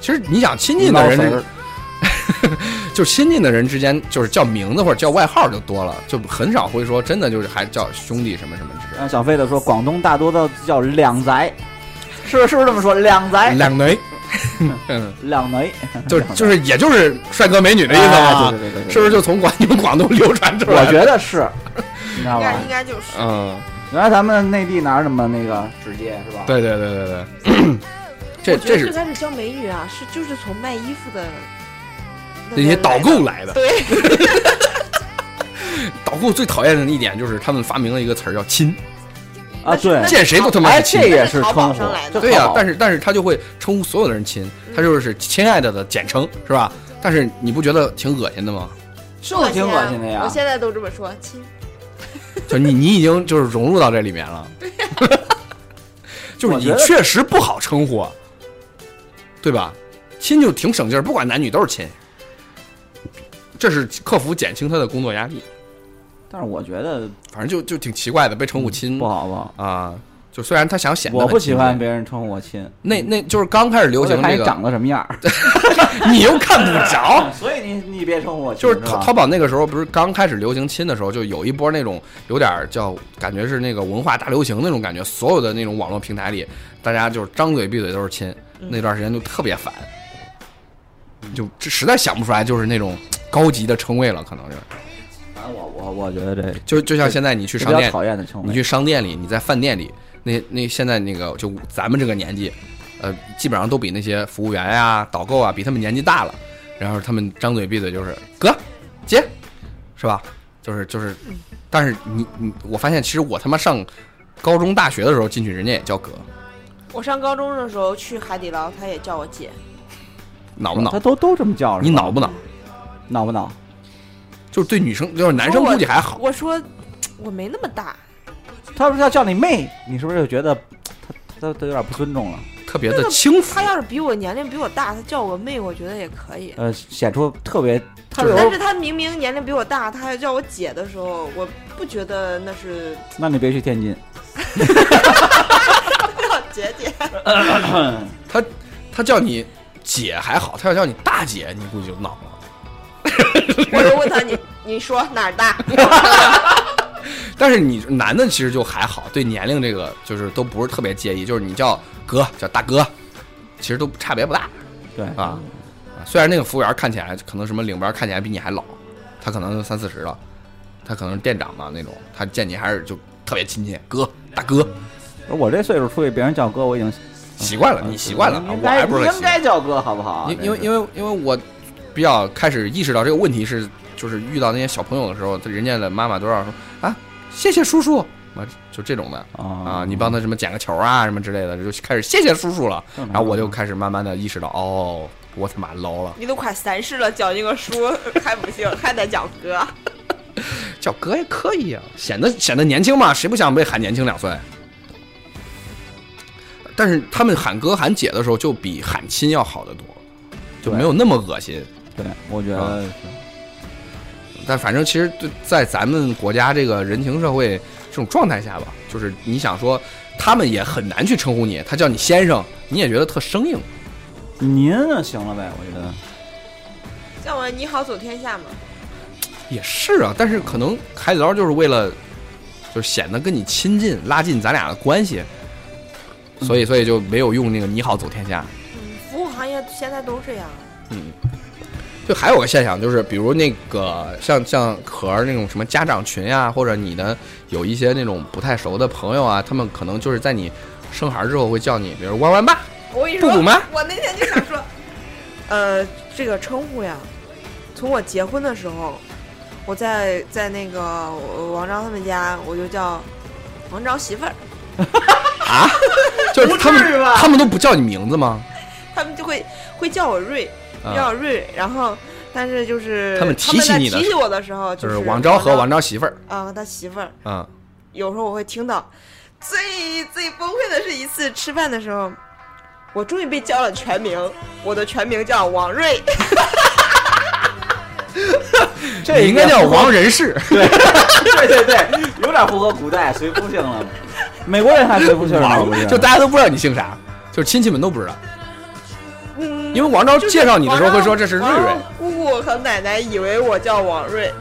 S1: 其实你想亲近的
S2: 唠
S1: 人
S2: 嗑儿，
S1: 就亲近的人之间，就是叫名字或者叫外号就多了，就很少会说真的就是还叫兄弟什么什么之类
S2: 让小飞的说，广东大多都叫两宅，是不是是不是这么说？两宅
S1: 的。两 雷，嗯，
S2: 两雷，
S1: 就就是也就是帅哥美女的意思
S2: 哎
S1: 嘛
S2: 对，对对对对
S1: 是不是就从广你们广东流传出
S2: 我
S1: 来？
S2: 觉得是， 你知道
S3: 应
S2: 吧
S3: 该？应该就是
S1: 嗯，
S2: 原来咱们内地哪儿那么那个直接是吧？，啊
S1: 对对对对对， 这
S3: 我觉
S1: 这
S3: 得
S1: 是
S3: 最开始叫美女啊，是就是从卖衣服的
S1: 那
S3: 那边
S1: 些
S3: 来
S1: 导
S3: 的
S1: 购来的。
S3: 对，
S1: 导购最讨厌的一点就是他们发明了一个词儿叫“亲
S2: 啊对
S3: 那”，是
S1: 见谁都他妈
S2: 哎，
S1: 是亲
S2: 这。也是
S3: 淘
S2: 称
S3: 宝
S2: 呼
S3: 上来，的
S2: 这
S1: 对呀、
S2: 淘宝
S1: 但是但是他就会称呼所有的人亲，
S2: 嗯
S1: 他就是亲爱的的简称，是吧？但是你不觉得挺恶心的 吗？
S2: 就是挺恶心的呀
S3: 我。现在都这么说，亲，
S1: 就你你已经就是融入到这里面了， 就是
S2: 我
S1: 你
S2: 觉得
S1: 确实啊不好称呼，对吧？亲就挺省劲儿，不管男女都是亲。这是客服减轻他的工作压力。
S2: 但是我觉得
S1: 反正就就挺奇怪的，被称呼亲
S2: 嗯不好不好，
S1: 啊，就虽然他想显得
S2: 我不
S1: 很
S2: 喜
S1: 亲
S2: 欢
S1: 热
S2: 别人称呼我亲，
S1: 那那就是刚开始流
S2: 我得
S1: 行
S2: 看
S1: 这
S2: 你
S1: 个，
S2: 长得什么样儿， 哦
S1: 你又看不着。
S2: 所以你你别称呼我亲，
S1: 就是
S2: 是
S1: 淘
S2: 吧
S1: 淘宝那个时候，不是刚开始流行亲的时候，就有一波那种有点儿叫感觉是那个文化大流行那种感觉，所有的那种网络平台里，大家就是张嘴闭嘴都是亲，那段时间就特别烦，就这实在想不出来就是那种高级的称谓了，可能就是
S2: 反正我我我觉得这
S1: 就就像现在你去
S2: 比
S1: 商
S2: 较
S1: 店，
S2: 讨厌的称
S1: 你
S2: 呼。
S1: 去商店里，你在饭店里，那那现在那个就咱们这个年纪，呃，基本上都比那些服务员呀、导购啊，比他们年纪大了，然后他们张嘴闭嘴就是哥、姐，是吧？就是就是，
S3: 嗯
S1: 但是你你，我发现其实我他妈上高中、大学的时候进去，人家也叫哥，
S3: 我上高中的时候去海底捞，他也叫我姐，
S1: 恼不
S2: 他
S1: 恼？
S2: 都都这么叫，是吧
S1: 你恼不恼？
S2: 恼不恼？
S1: 就是对女生，就是男生
S3: 我说
S1: 估计还好，
S3: 我说我没那么大，
S2: 他要是要叫你妹，你是不是就觉得他他他有点不尊重了？
S1: 特别的轻浮
S3: 他。要是比我年龄比我大，他叫我妹，我觉得也可以。
S2: 呃，显出特别他
S1: 就是
S2: 有，
S3: 但是他明明年龄比我大，他还叫我姐的时候，我不觉得那是
S2: 那你别去天津。
S3: 叫 姐姐。
S1: 他他叫你姐还好，他要叫你大姐，你估计就恼了。
S3: 我就问他你你说哪儿大？
S1: 但是你男的其实就还好，对年龄这个就是都不是特别介意，就是你叫哥叫大哥，其实都差别不大
S2: 对
S1: 啊。啊虽然那个服务员看起来可能什么领班看起来比你还老，他可能就三四十了，他可能是店长嘛那种，他见你还是就特别亲切，哥大哥，
S2: 我这岁数出去别人叫哥，我已经
S1: 习惯了，你习惯了，啊
S2: 你应
S1: 我还
S2: 该
S1: 不
S2: 你
S1: 是很习
S2: 应
S1: 惯。
S2: 该叫哥好不好？
S1: 因因为因为因为我比较开始意识到这个问题是，就是遇到那些小朋友的时候，人家的妈妈都让说啊谢谢叔叔，啊就这种的。啊，
S2: 啊
S1: 你帮他什么捡个球啊，什么之类的，就开始谢谢叔叔了。
S2: 正常
S1: 然后啊我就开始慢慢的意识到，哦，我他妈 low 了，
S3: 你都快三十了，叫你个叔还不行，还得叫哥。
S1: 叫哥也可以啊，显得显得年轻嘛，谁不想被喊年轻两岁？但是他们喊哥喊姐的时候，就比喊亲要好得多，就
S2: 对
S1: 没有啊那么恶心。
S2: 对，我觉得是
S1: 但反正其实对在咱们国家这个人情社会这种状态下吧，就是你想说，他们也很难去称呼你，他叫你先生，你也觉得特生硬。
S2: 您啊行了呗，我觉得
S3: 叫我你好走天下嘛。
S1: 也是啊，但是可能海底捞就是为了，就是显得跟你亲近，拉近咱俩的关系，所以所以就没有用那个“你好走天下
S3: 嗯，服务行业现在都这样。”。
S1: 就还有个现象就是，比如那个像像壳儿那种什么家长群呀、或者你的有一些那种不太熟的朋友啊，他们可能就是在你生孩儿之后会叫你，比如“弯弯爸
S3: 我跟你说，
S1: 不补吗
S3: 我那天就想说，呃，这个称呼呀，从我结婚的时候，我在在那个呃王昭他们家，我就叫王昭媳妇儿，”
S1: 啊，就是他
S3: 不至于
S1: 们
S3: 吧
S1: 他们都不叫你名字吗？
S3: 他们就会会叫我瑞，叫
S1: 啊，
S3: 我瑞，然后但是就是
S1: 他们提起
S3: 在
S1: 你的
S3: 提
S1: 时
S3: 起我的时候，
S1: 就是
S3: 是
S1: 王昭和王
S3: 昭
S1: 昭媳妇儿，
S3: 啊他媳妇儿，
S1: 嗯，
S3: 有时候我会听到。最最崩溃的是一次吃饭的时候，我终于被叫了全名，我的全名叫王瑞。
S1: 你应该叫王仁 士。
S2: 对 对对对，有点符合古代随夫姓了。美国人还随夫姓呢，我觉得
S1: 就大家都不知道你姓啥，就是亲戚们都不知道，
S3: 嗯，
S1: 因为王昭介绍你的时候会说这是瑞
S3: 然
S1: 瑞
S3: 后。姑姑和奶奶以为我叫王瑞，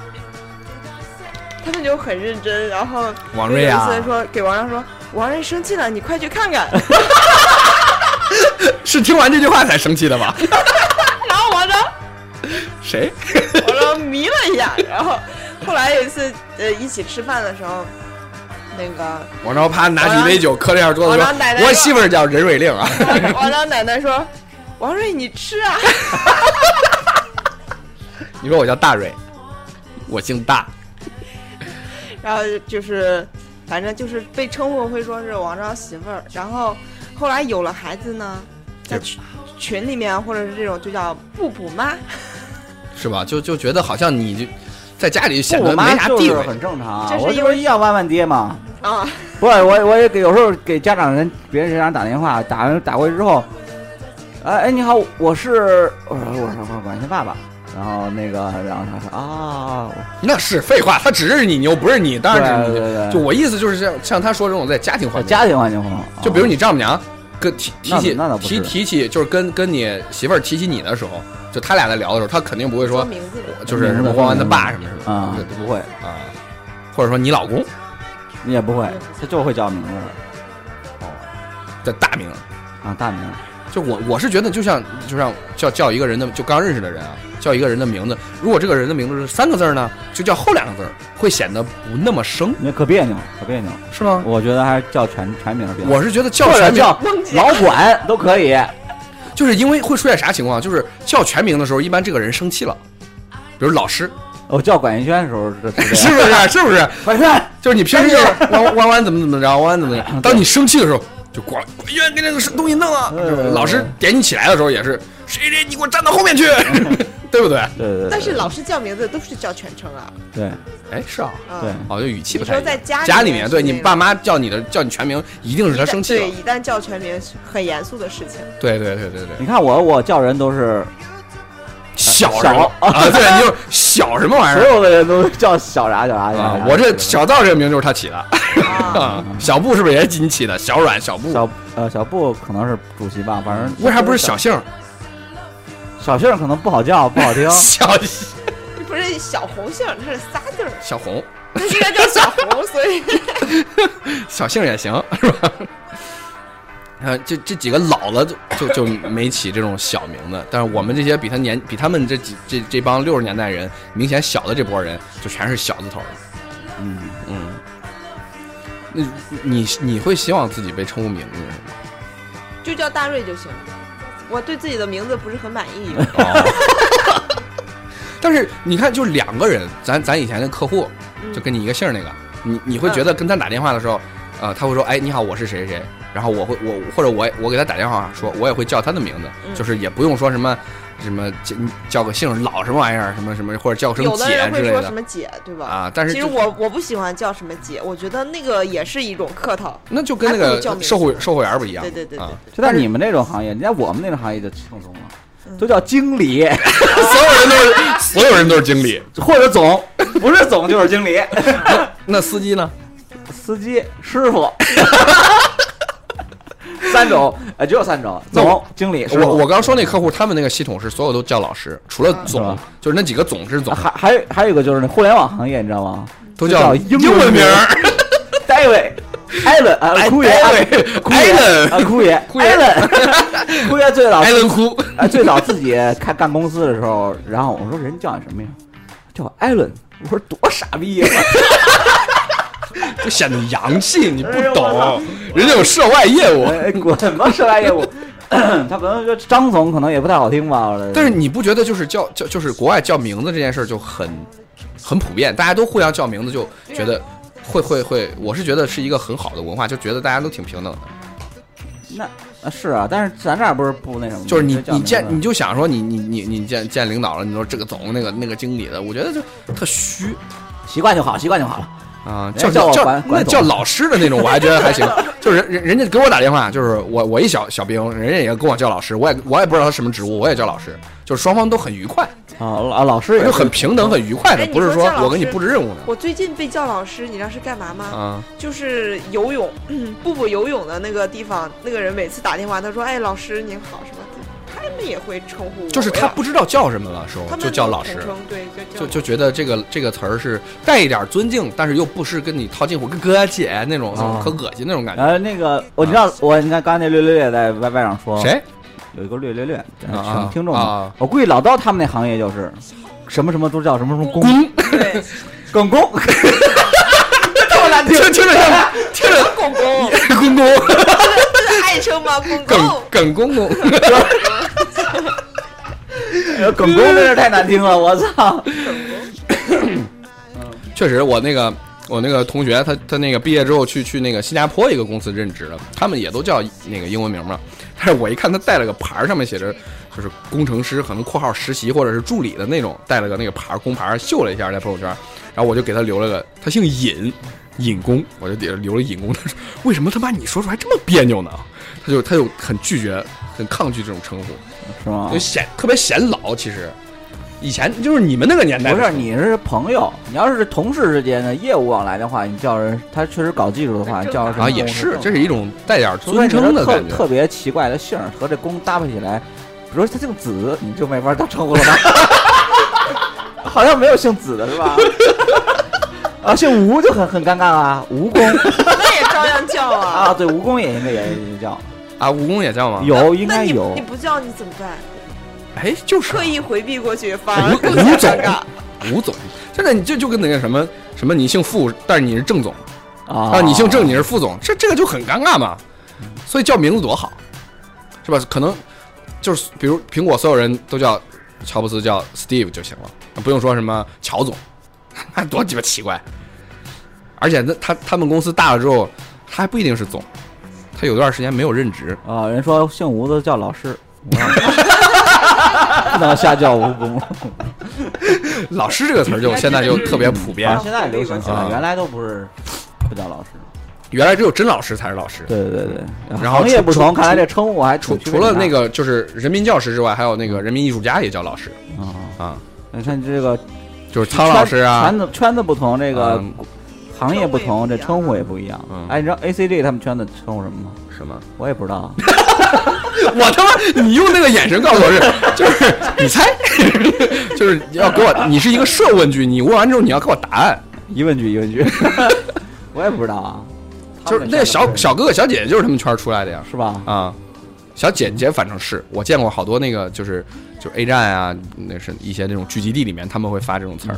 S3: 他们就很认真。然后
S1: 王瑞啊
S3: 有一次说给王昭说王瑞生气了，你快去看看。
S1: 是听完这句话才生气的吧？
S3: 然后王昭
S1: 谁？
S3: 王昭迷了一下。然后后来有一次呃一起吃饭的时候，那 个
S1: 王昭啪拿起一杯酒磕了一下桌子
S3: 王昭奶奶
S1: 说：“
S3: 说
S1: 我媳妇儿叫任瑞令啊。”
S3: 王王昭奶奶说王瑞你吃啊，
S1: 你说我叫大瑞，我姓大，
S3: 然后就是反正就是被称呼会说是王昭媳妇儿。然后后来有了孩子呢，在
S1: 对
S3: 群群里面啊或者是这种就叫布布妈。
S1: 是吧？就就觉得好像你就在家里显
S2: 不
S1: 得
S2: 我
S1: 没
S2: 妈
S1: 啥
S2: 就
S1: 地
S2: 是
S1: 位。
S2: 很正常
S3: 这
S2: 啊。
S3: 是
S2: 我这
S3: 因
S2: 不
S3: 为
S2: 是一样万万爹吗？
S3: 啊，
S2: 不是，我我也给有时候给家长人别人家长打电话，打完打过去之后，哎哎你好，我是我说我说我管他爸爸，啊然后那个，然后他说啊，
S1: 那是废话，他只是你牛，不是你，当然是你
S2: 对对
S1: 牛。
S2: 对
S1: 就我意思就是像像他说这种在家庭环境，
S2: 在家庭环境不好，
S1: 就比如
S2: 啊
S1: 你丈母娘跟提提
S2: 那
S1: 起
S2: 那倒不
S1: 提
S2: 是
S1: 提起，就是跟跟你媳妇儿提起你的时候，就他俩在聊的时候，他肯定不会说
S3: 名字吧，
S1: 就是什么弯弯的爸什么什么
S2: 啊
S1: 对，
S2: 不会，
S1: 啊，或者说你老公
S2: 你也不会，他就会叫名字了
S1: 的大名，
S2: 啊，大名，
S1: 就我我是觉得就像就像叫叫一个人的就刚认识的人啊，叫一个人的名字，如果这个人的名字是三个字儿呢，就叫后两个字儿，会显得不那么生，
S2: 那可别扭，可别扭。
S1: 是
S3: 嗯
S1: 吗？
S2: 我觉得还是叫全全名比较好，
S1: 我是觉得叫
S2: 或者
S1: 全名，
S2: 叫老管都可以。
S1: 就是因为会出现啥情况？就是叫全名的时候，一般这个人生气了，比如老师，
S2: 我叫管云轩的时候是
S1: 是
S2: 是
S1: 不是？是不是？
S2: 管云轩，
S1: 就是你平时就是弯弯弯怎么怎么着，弯弯怎么怎么着。当你生气的时候，就管管院给那个东西弄了。
S2: 对对对对
S1: 老师点你起来的时候也是，谁谁你给我站到后面去， 对不对？
S2: 对对对，
S3: 但是老师叫名字都是叫全称啊。
S2: 对
S1: 哎，是啊，
S3: 嗯
S2: 对，
S1: 哦，就语气不太一样。
S3: 你说在家里面
S1: 家里面，对
S3: 是那
S1: 你
S3: 种
S1: 爸妈叫你的叫你全名，一定是他生气
S3: 对，
S1: 了。
S3: 一旦叫全名是很严肃的事情。
S1: 对对对对对，
S2: 你看我我叫人都是
S1: 小
S2: 小
S1: 什么啊？对，你就是小什么玩意
S2: 所
S1: 儿
S2: 有的人都叫 小啥叫啥叫
S1: 啊
S2: 啥。？
S1: 我这小道这个名就是他起的，
S3: 啊，
S1: 啊小布是不是也是你起的？小阮、小布，
S2: 小呃小布可能是主席吧，反正
S1: 为啥不是小姓儿？。
S2: 小姓儿可能不好叫，不好听
S1: 小
S3: 不是小红杏，它是仨字儿，
S1: 小红，
S3: 那应该叫小红，所 以
S1: 小姓也行， 是吧？啊，这这几个老了就就就没起这种小名字，但是我们这些比他年比他们这几这这帮六十年代人明显小的这波人，就全是小字头儿的。
S2: 嗯，
S1: 嗯，那你你会希望自己被称呼名字是吗？
S3: 就叫大瑞就行了。我对自己的名字不是很满意，
S1: 哦。 但是你看，就两个人，咱咱以前的客户，
S3: 嗯
S1: 就跟你一个姓儿那个，你你会觉得跟他打电话的时候，呃，他会说，哎，你好，我是谁谁谁，然后我会我或者我也我给他打电话说，我也会叫他的名字，
S3: 嗯
S1: 就是也不用说什么什么叫叫个姓儿老什么玩意儿，什么什么或者叫个什么
S3: 有的
S1: 姐
S3: 人
S1: 啊之
S3: 会
S1: 类
S3: 说什
S1: 的
S3: 么姐，对吧？
S1: 啊，但是
S3: 其实
S1: 就
S3: 我我不喜欢叫什么姐，我觉得那个也是一种客套。
S1: 那就跟那
S3: 还不
S1: 个
S3: 如叫名字
S1: 售货售货员儿不一样，
S3: 对对对对
S1: 啊，
S2: 就在你们那种行业，人家我们那种行业就轻松了，都叫经理
S1: 所有人都是所有人都是经理，
S2: 或者总，不是总就是 经理，
S1: 那司机呢？
S2: 司机、师傅， 三种，呃，只有三种，
S1: 那我
S2: 总、经理、师
S1: 我
S2: 傅
S1: 我刚说那客户，他们那个系统是所有都叫老师，除了总
S2: 是吧，
S1: 就是那几个总是总，
S2: 还还有还有一个就是那互联网行业，你知道吗？
S1: 都
S2: 就
S1: 啊叫
S2: 英
S1: 英文
S2: 名
S1: 名儿。
S2: David、Allen
S1: 哎
S2: 啊，枯爷、
S1: David
S2: 枯爷
S1: Allen
S2: 啊，枯爷、
S1: 枯爷
S2: Allen，枯爷最早
S1: 艾伦哭，
S2: 啊，最早自己开干公司的时候，然后我说人叫你什么呀？叫我 Allen，我说多傻逼呀！
S1: 就显得洋气，你不
S2: 哎呦我
S1: 懂
S2: 操，
S1: 人家有涉外业务。
S2: 哎 滚吧，涉外业务。 他可能说张总可能也不太好听吧，
S1: 但是你不觉得就是叫叫就是国外叫名字这件事儿就很很普遍，大家都互相叫名字，就觉得会会会，我是觉得是一个很好的文化，就觉得大家都挺平等的。
S2: 那啊是啊，但是咱这儿不是不那什么吗，
S1: 就是你
S2: 叫
S1: 你
S2: 名
S1: 见
S2: 字
S1: 你就想说你你你你见见领导了，你说这个总那个那个经理的，我觉得就特虚
S2: 习惯就好，习惯就好了。
S1: 啊，
S2: 人
S1: 叫
S2: 家叫我
S1: 叫
S2: 管
S1: 那
S2: 管
S1: 叫
S2: 总
S1: 老师的那种，我还觉得还行。就是人人人家给我打电话，就是我我一小小兵，人家也跟我叫老师，我也我也不知道他什么职务，我也叫老师，就是双方都很愉快。
S2: 啊老啊，老师也
S1: 就是很平等、很愉快的
S3: 哎，你
S1: 不是
S3: 说
S1: 说
S3: 姜老
S1: 我给你
S3: 师
S1: 布置任务呢。
S3: 我最近被叫老师，你知道是干嘛吗？
S1: 啊，
S3: 就是游泳， 步步游泳的那个地方，那个人每次打电话，他说：“哎，老师您好，什么？”他们也会称呼我，
S1: 就是他不知道叫什么了，时候
S3: 他们
S1: 就叫老师
S3: 统，称，对，
S1: 就
S3: 就叫
S1: 就觉得这个这个词儿是带一点尊敬，但是又不是跟你套近乎，跟哥姐那种
S2: 啊
S1: 很恶心那种感觉。
S2: 呃，那个，我你知道，我你看刚才那略略略在 Y Y 上说，
S1: 谁？
S2: 有一个略略略，
S1: 啊
S2: 呃听听众嘛，
S1: 啊，
S2: 我估计老刀他们那行业就是什么什么都叫什么什么公
S1: 公，
S3: 对，
S2: 耿公， 这么难
S1: 听听着 像听着
S3: 公公，
S1: 公公
S3: 这是爱称吗？公
S1: 耿
S3: 公，
S1: 耿公公，
S2: 听，耿公真是太难听了，我 操！
S1: 确实我那个。我那个同学，他他那个毕业之后去去那个新加坡一个公司任职了，他们也都叫那个英文名嘛。但是我一看他带了个牌儿，上面写着就是工程师，可能括号实习或者是助理的那种，带了个那个牌儿工牌儿秀了一下在朋友圈，然后我就给他留了个，他姓尹，尹工，我就给他留了尹工。他说为什么他妈你说出来这么别扭呢？他就他就很拒绝，很抗拒这种称呼，
S2: 是吗
S1: 就？显特别显老。其实以前就是你们那个年代
S2: 不
S1: 的时
S2: 是，
S1: 候，
S2: 你是朋友，你要是同事之间的业务往来的话，你叫人，他确实搞技术的话，你叫人什么
S1: 啊，也
S2: 公司
S1: 是
S2: 更，
S1: 这是一种带点
S2: 除
S1: 尊
S2: 非你是
S1: 称的
S2: 特
S1: 感觉。
S2: 特别奇怪的姓儿和这公搭配起来，比如说他姓子，你就没法当称呼了吧？ 好像没有姓子的是吧？ 啊，姓吴就很很尴尬啊，吴公
S3: 那也照样叫
S2: 啊，
S3: 啊。
S2: 对，吴公也应该也也叫，
S1: 啊，蜈蚣也叫吗？
S2: 有应
S3: 那
S2: 该
S3: 你
S2: 有
S3: 你，不叫你怎么办？
S1: 哎，就是
S3: 刻意回避过去，反而更
S1: 吴吴
S3: 加
S1: 总
S3: 尴尬。，
S1: 吴总，现在你就就跟那个什么什么，你姓傅，但是你是郑总
S2: 啊
S1: 啊，你姓郑，你是副总，这这个就很尴尬嘛。所以叫名字多好，是吧？可能就是比如苹果所有人都叫乔布斯叫 Steve 就行了，啊不用说什么乔总，那多鸡巴奇怪。而且那他他们公司大了之后，他还不一定是总，他有段时间没有任职，
S2: 啊，人说姓吴的叫 老师，不能瞎叫吴公。
S1: 老师这个词儿就现在就特别普遍
S2: 啊，现在流行起来，
S1: 啊
S2: 原来都不是不叫老师。
S1: 原来只有真老师才是老师。
S2: 对对对对，
S1: 然后
S2: 行业
S1: 除
S2: 不同，
S1: 除
S2: 看来这称呼还
S1: 除
S2: 挺
S1: 除
S2: 区别
S1: 了
S2: 挺
S1: 那
S2: 大
S1: 个就是人民教师之外，还有那个人民艺术家也叫老师
S2: 的啊，
S1: 啊，
S2: 你看这个
S1: 就是苍老师啊
S2: 圈，子圈子不同，这个
S1: 嗯
S2: 行业不同，这
S3: 称
S2: 称
S3: 呼
S2: 呼
S3: 也
S2: 也不一样
S1: 嗯。
S2: 哎，你知道 A C G 他们圈子称呼什么吗？
S1: 什么？
S2: 我也不知道，啊
S1: 我他妈，你用那个眼神告诉我是，就是你猜， 就是要给我，你是一个设问句，你问完之后你要给我答案，
S2: 疑问句疑问句， 我也不知道啊。
S1: 就是那小小哥哥小姐姐就是他们圈儿出来的呀，
S2: 是吧？
S1: 啊，小姐姐反正是我见过好多那个就是就是 A 站啊，那是一些那种聚集地里面他们会发这种词儿，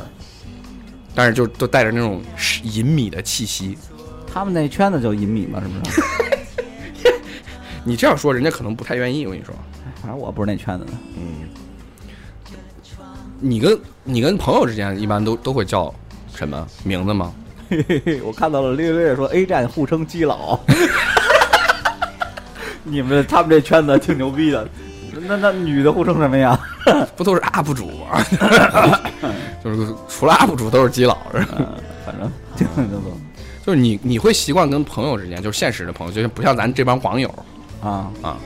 S1: 但是就都带着那种隐秘的气息。
S2: 他们那圈子就隐秘嘛，是 不是？
S1: 你这样说，人家可能不太愿意。我跟你说，
S2: 反正我不是那圈子的。
S1: 嗯，你跟你跟朋友之间一般都都会叫什么名字吗？
S2: 嘿嘿嘿， 我看到了略略说 A 站互称基佬， 你们他们这圈子挺牛逼的。那那女的互称什么呀？
S1: 不都是 UP 主啊？ 就是除了 UP 主都是基佬，是吧
S2: 嗯， 反正挺挺多
S1: 就是你你会习惯跟朋友之间，就是现实的朋友，就是不像咱这帮网友。
S2: 啊
S1: 啊！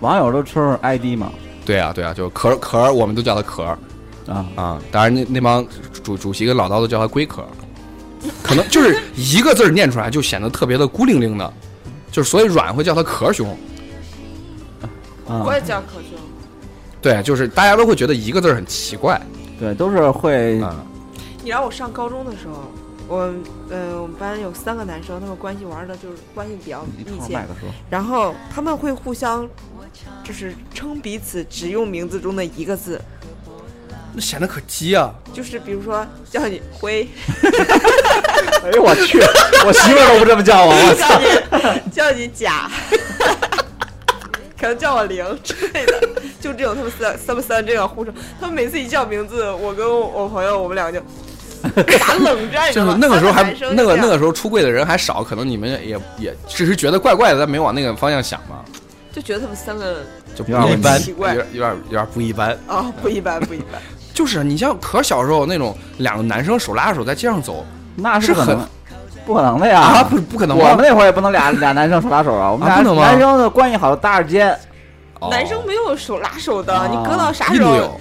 S2: 网友都称 ID 嘛
S1: 对啊，对啊，就是壳儿壳儿，我们都叫他壳儿
S2: 啊，
S1: 啊。当然那那帮主主席跟老刀都叫他龟壳儿，可能就是一个字儿念出来就显得特别的孤零零的，就是所以软会叫他壳兄。
S2: 啊
S3: 我也叫可兄，
S1: 对，就是大家都会觉得一个字儿很奇怪
S2: 对，都是会
S1: 啊。
S3: 你知道我上高中的时候，我呃，我们班有三个男生，他们关系玩的就是关系比较
S2: 你
S3: 密
S2: 冲着
S3: 切
S2: 麦，克说，
S3: 然后他们会互相就是称彼此只用名字中的一个字，
S1: 那显得可鸡啊！
S3: 就是比如说叫你辉，
S2: 哎呦我去，我媳妇儿都不这么叫我，我操！
S3: 叫你叫你甲， 可能叫我零之类的，就这种他们三他们三这样互称，他们每次一叫名字，我跟我朋友我们俩就打冷战，你 知
S1: 就是
S3: 道吗
S1: 那个时候还
S3: 三男生
S1: 那
S3: 就
S1: 个
S3: 这样
S1: 那个时候出柜的人还少，可能你们也也只是觉得怪怪的，但没往那个方向想嘛，
S3: 就觉得他们三个
S1: 就不
S2: 有点
S1: 一般，
S3: 奇
S1: 有
S3: 怪
S1: 点有点有点不一般。
S3: 啊不一般不一般，
S1: 就是你像可小时候那种两个男生手拉手在街上走
S2: 那
S1: 是
S2: 是不可
S1: 很
S2: 能，不可能的呀！
S1: 啊，不不可能
S2: 我们
S1: 吧？
S2: 那会儿也不能俩俩男生手拉手啊，我们
S1: 啊
S2: 俩
S1: 不能吗
S2: 男生的关系好搭着肩，
S1: 哦
S3: 男生没有手拉手的，
S2: 啊
S3: 你搁到啥
S1: 印
S3: 时
S1: 度
S3: 候
S1: 有？，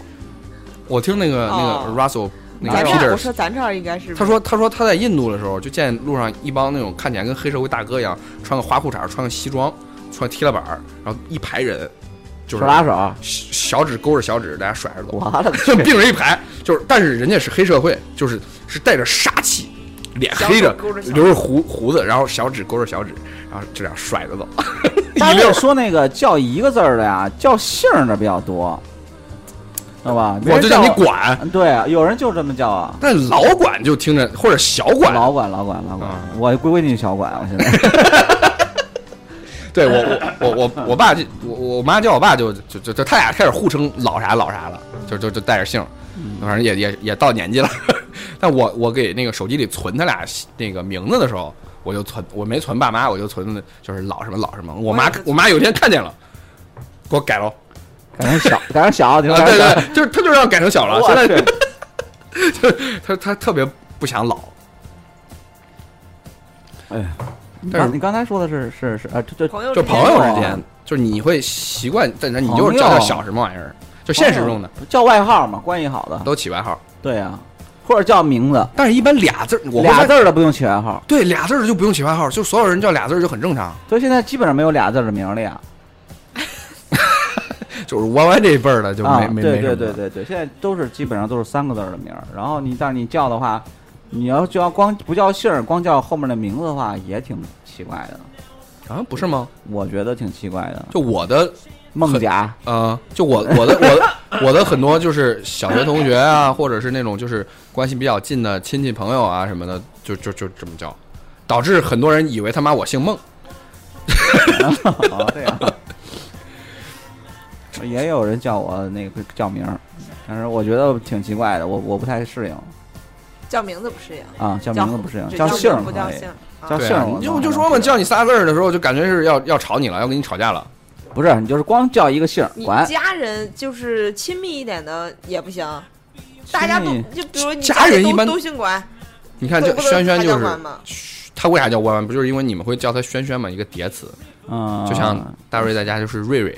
S1: 我听那个那
S3: 哦
S1: 个 Russell 那
S3: 咱
S1: 个
S3: 这儿我
S1: Peter
S3: 说咱这儿应该是
S1: 他说：“他说他在印度的时候，就见路上一帮那种看起来跟黑社会大哥一样，穿个花裤衩，穿个西装，穿踢了板儿，然后一排人，就是
S2: 手拉手，
S1: 小指勾着小指，大家甩着走，
S2: 我 的
S1: 就
S2: 去！
S1: 并着一排，就是，但是人家是黑社会，就是是带着杀气，脸黑着
S3: 小指勾着，小指
S1: 留着胡胡子，然后小指勾着小指，然后这样甩 着走，一
S2: 大家
S1: 溜
S2: 有说那个叫一个字儿的呀，叫姓儿的比较多，知道吧？
S1: 我就
S2: 叫
S1: 叫你，管，
S2: 嗯对啊，有人就这么叫啊。
S1: 但老管就听着或者小管，
S2: 老管老管老管
S1: 啊，
S2: 我归进小管，我现 在
S1: 对我我我我我爸就我我妈叫我爸就就就就他俩开始互称老啥老啥了，就就就带着姓儿，
S2: 嗯
S1: 反正也也也到年纪了。 但我我给那个手机里存他俩那个名字的时候，我就存我没存爸妈，我就存的就是老什么老什么。我妈
S3: 我也是
S1: 我妈有一天看见了，给我改了。哦
S2: 改成小，改成小，你说
S1: 啊，
S2: 改
S1: 对
S2: 成小，
S1: 对，就是他就让改成小了，
S2: 我
S1: 现在
S2: 去
S1: 他他特别不想老。
S2: 哎呀，你
S1: 但是
S2: 刚你刚才说的是是是啊，这这
S3: 朋友
S1: 就
S3: 之间
S1: 朋友
S2: 啊
S1: 之间，就是你会习惯，但是你
S2: 朋
S1: 就
S2: 友
S1: 是叫叫小什么玩意儿，就现实中的
S2: 哦叫外号嘛，关系好的，
S1: 都起外号，
S2: 对呀、或者叫名字，
S1: 但是一般俩字儿，我会发
S2: 俩
S1: 现
S2: 字儿的不用起外号，
S1: 对俩字儿的就不用起外号，就所有人叫俩字儿就很正常。
S2: 所以现在基本上没有俩字儿的名儿了呀。
S1: 就是 YY 这一辈儿的就没、
S2: 啊，
S1: 没
S2: 对
S1: 没什
S2: 对
S1: 么
S2: 对
S1: 了
S2: 对对，现在都是基本上都是三个字儿的名儿，然后你但是你叫的话，你要就要光不叫姓儿，光叫后面的名字的话，也挺奇怪的，
S1: 啊，不是吗？
S2: 我觉得挺奇怪的。
S1: 就我的
S2: 孟甲，
S1: 呃，就我我的我的我的很多就是小学同学啊，或者是那种就是关系比较近的亲戚朋友啊什么的，就就就这么叫，导致很多人以为他妈我姓孟。
S2: 哦，对呀、 也有人叫我那个叫名儿，但是我觉得挺奇怪的，我我不太适应
S3: 叫名字不适应，
S2: 啊，叫名字不适应，
S3: 只
S2: 叫姓
S3: 名
S2: 儿可
S3: 不叫
S2: 以
S3: 姓，儿。啊
S2: 叫
S1: 对、
S2: 姓
S1: 啊
S2: 儿，我
S1: 你
S2: 能
S1: 就就说嘛，
S2: 能
S1: 叫你仨字儿的时候，就感觉是要要吵你了，要跟你吵架了。
S2: 不是你就是光叫一个姓儿，
S3: 你
S2: 管
S3: 家人就是亲密一点的也不行，大家都
S2: 亲密
S3: 就比如你
S1: 家人
S3: 里
S1: 一般
S3: 都都姓管，
S1: 你看，
S3: 都
S1: 这
S3: 不能
S1: 轩轩
S3: 他
S1: 就
S3: 叫
S1: 是
S3: 管吗
S1: 嘘他为啥叫弯弯？不就是因为你们会叫他轩轩嘛，一个叠词，
S2: 嗯，
S1: 就像大瑞在家就是瑞瑞，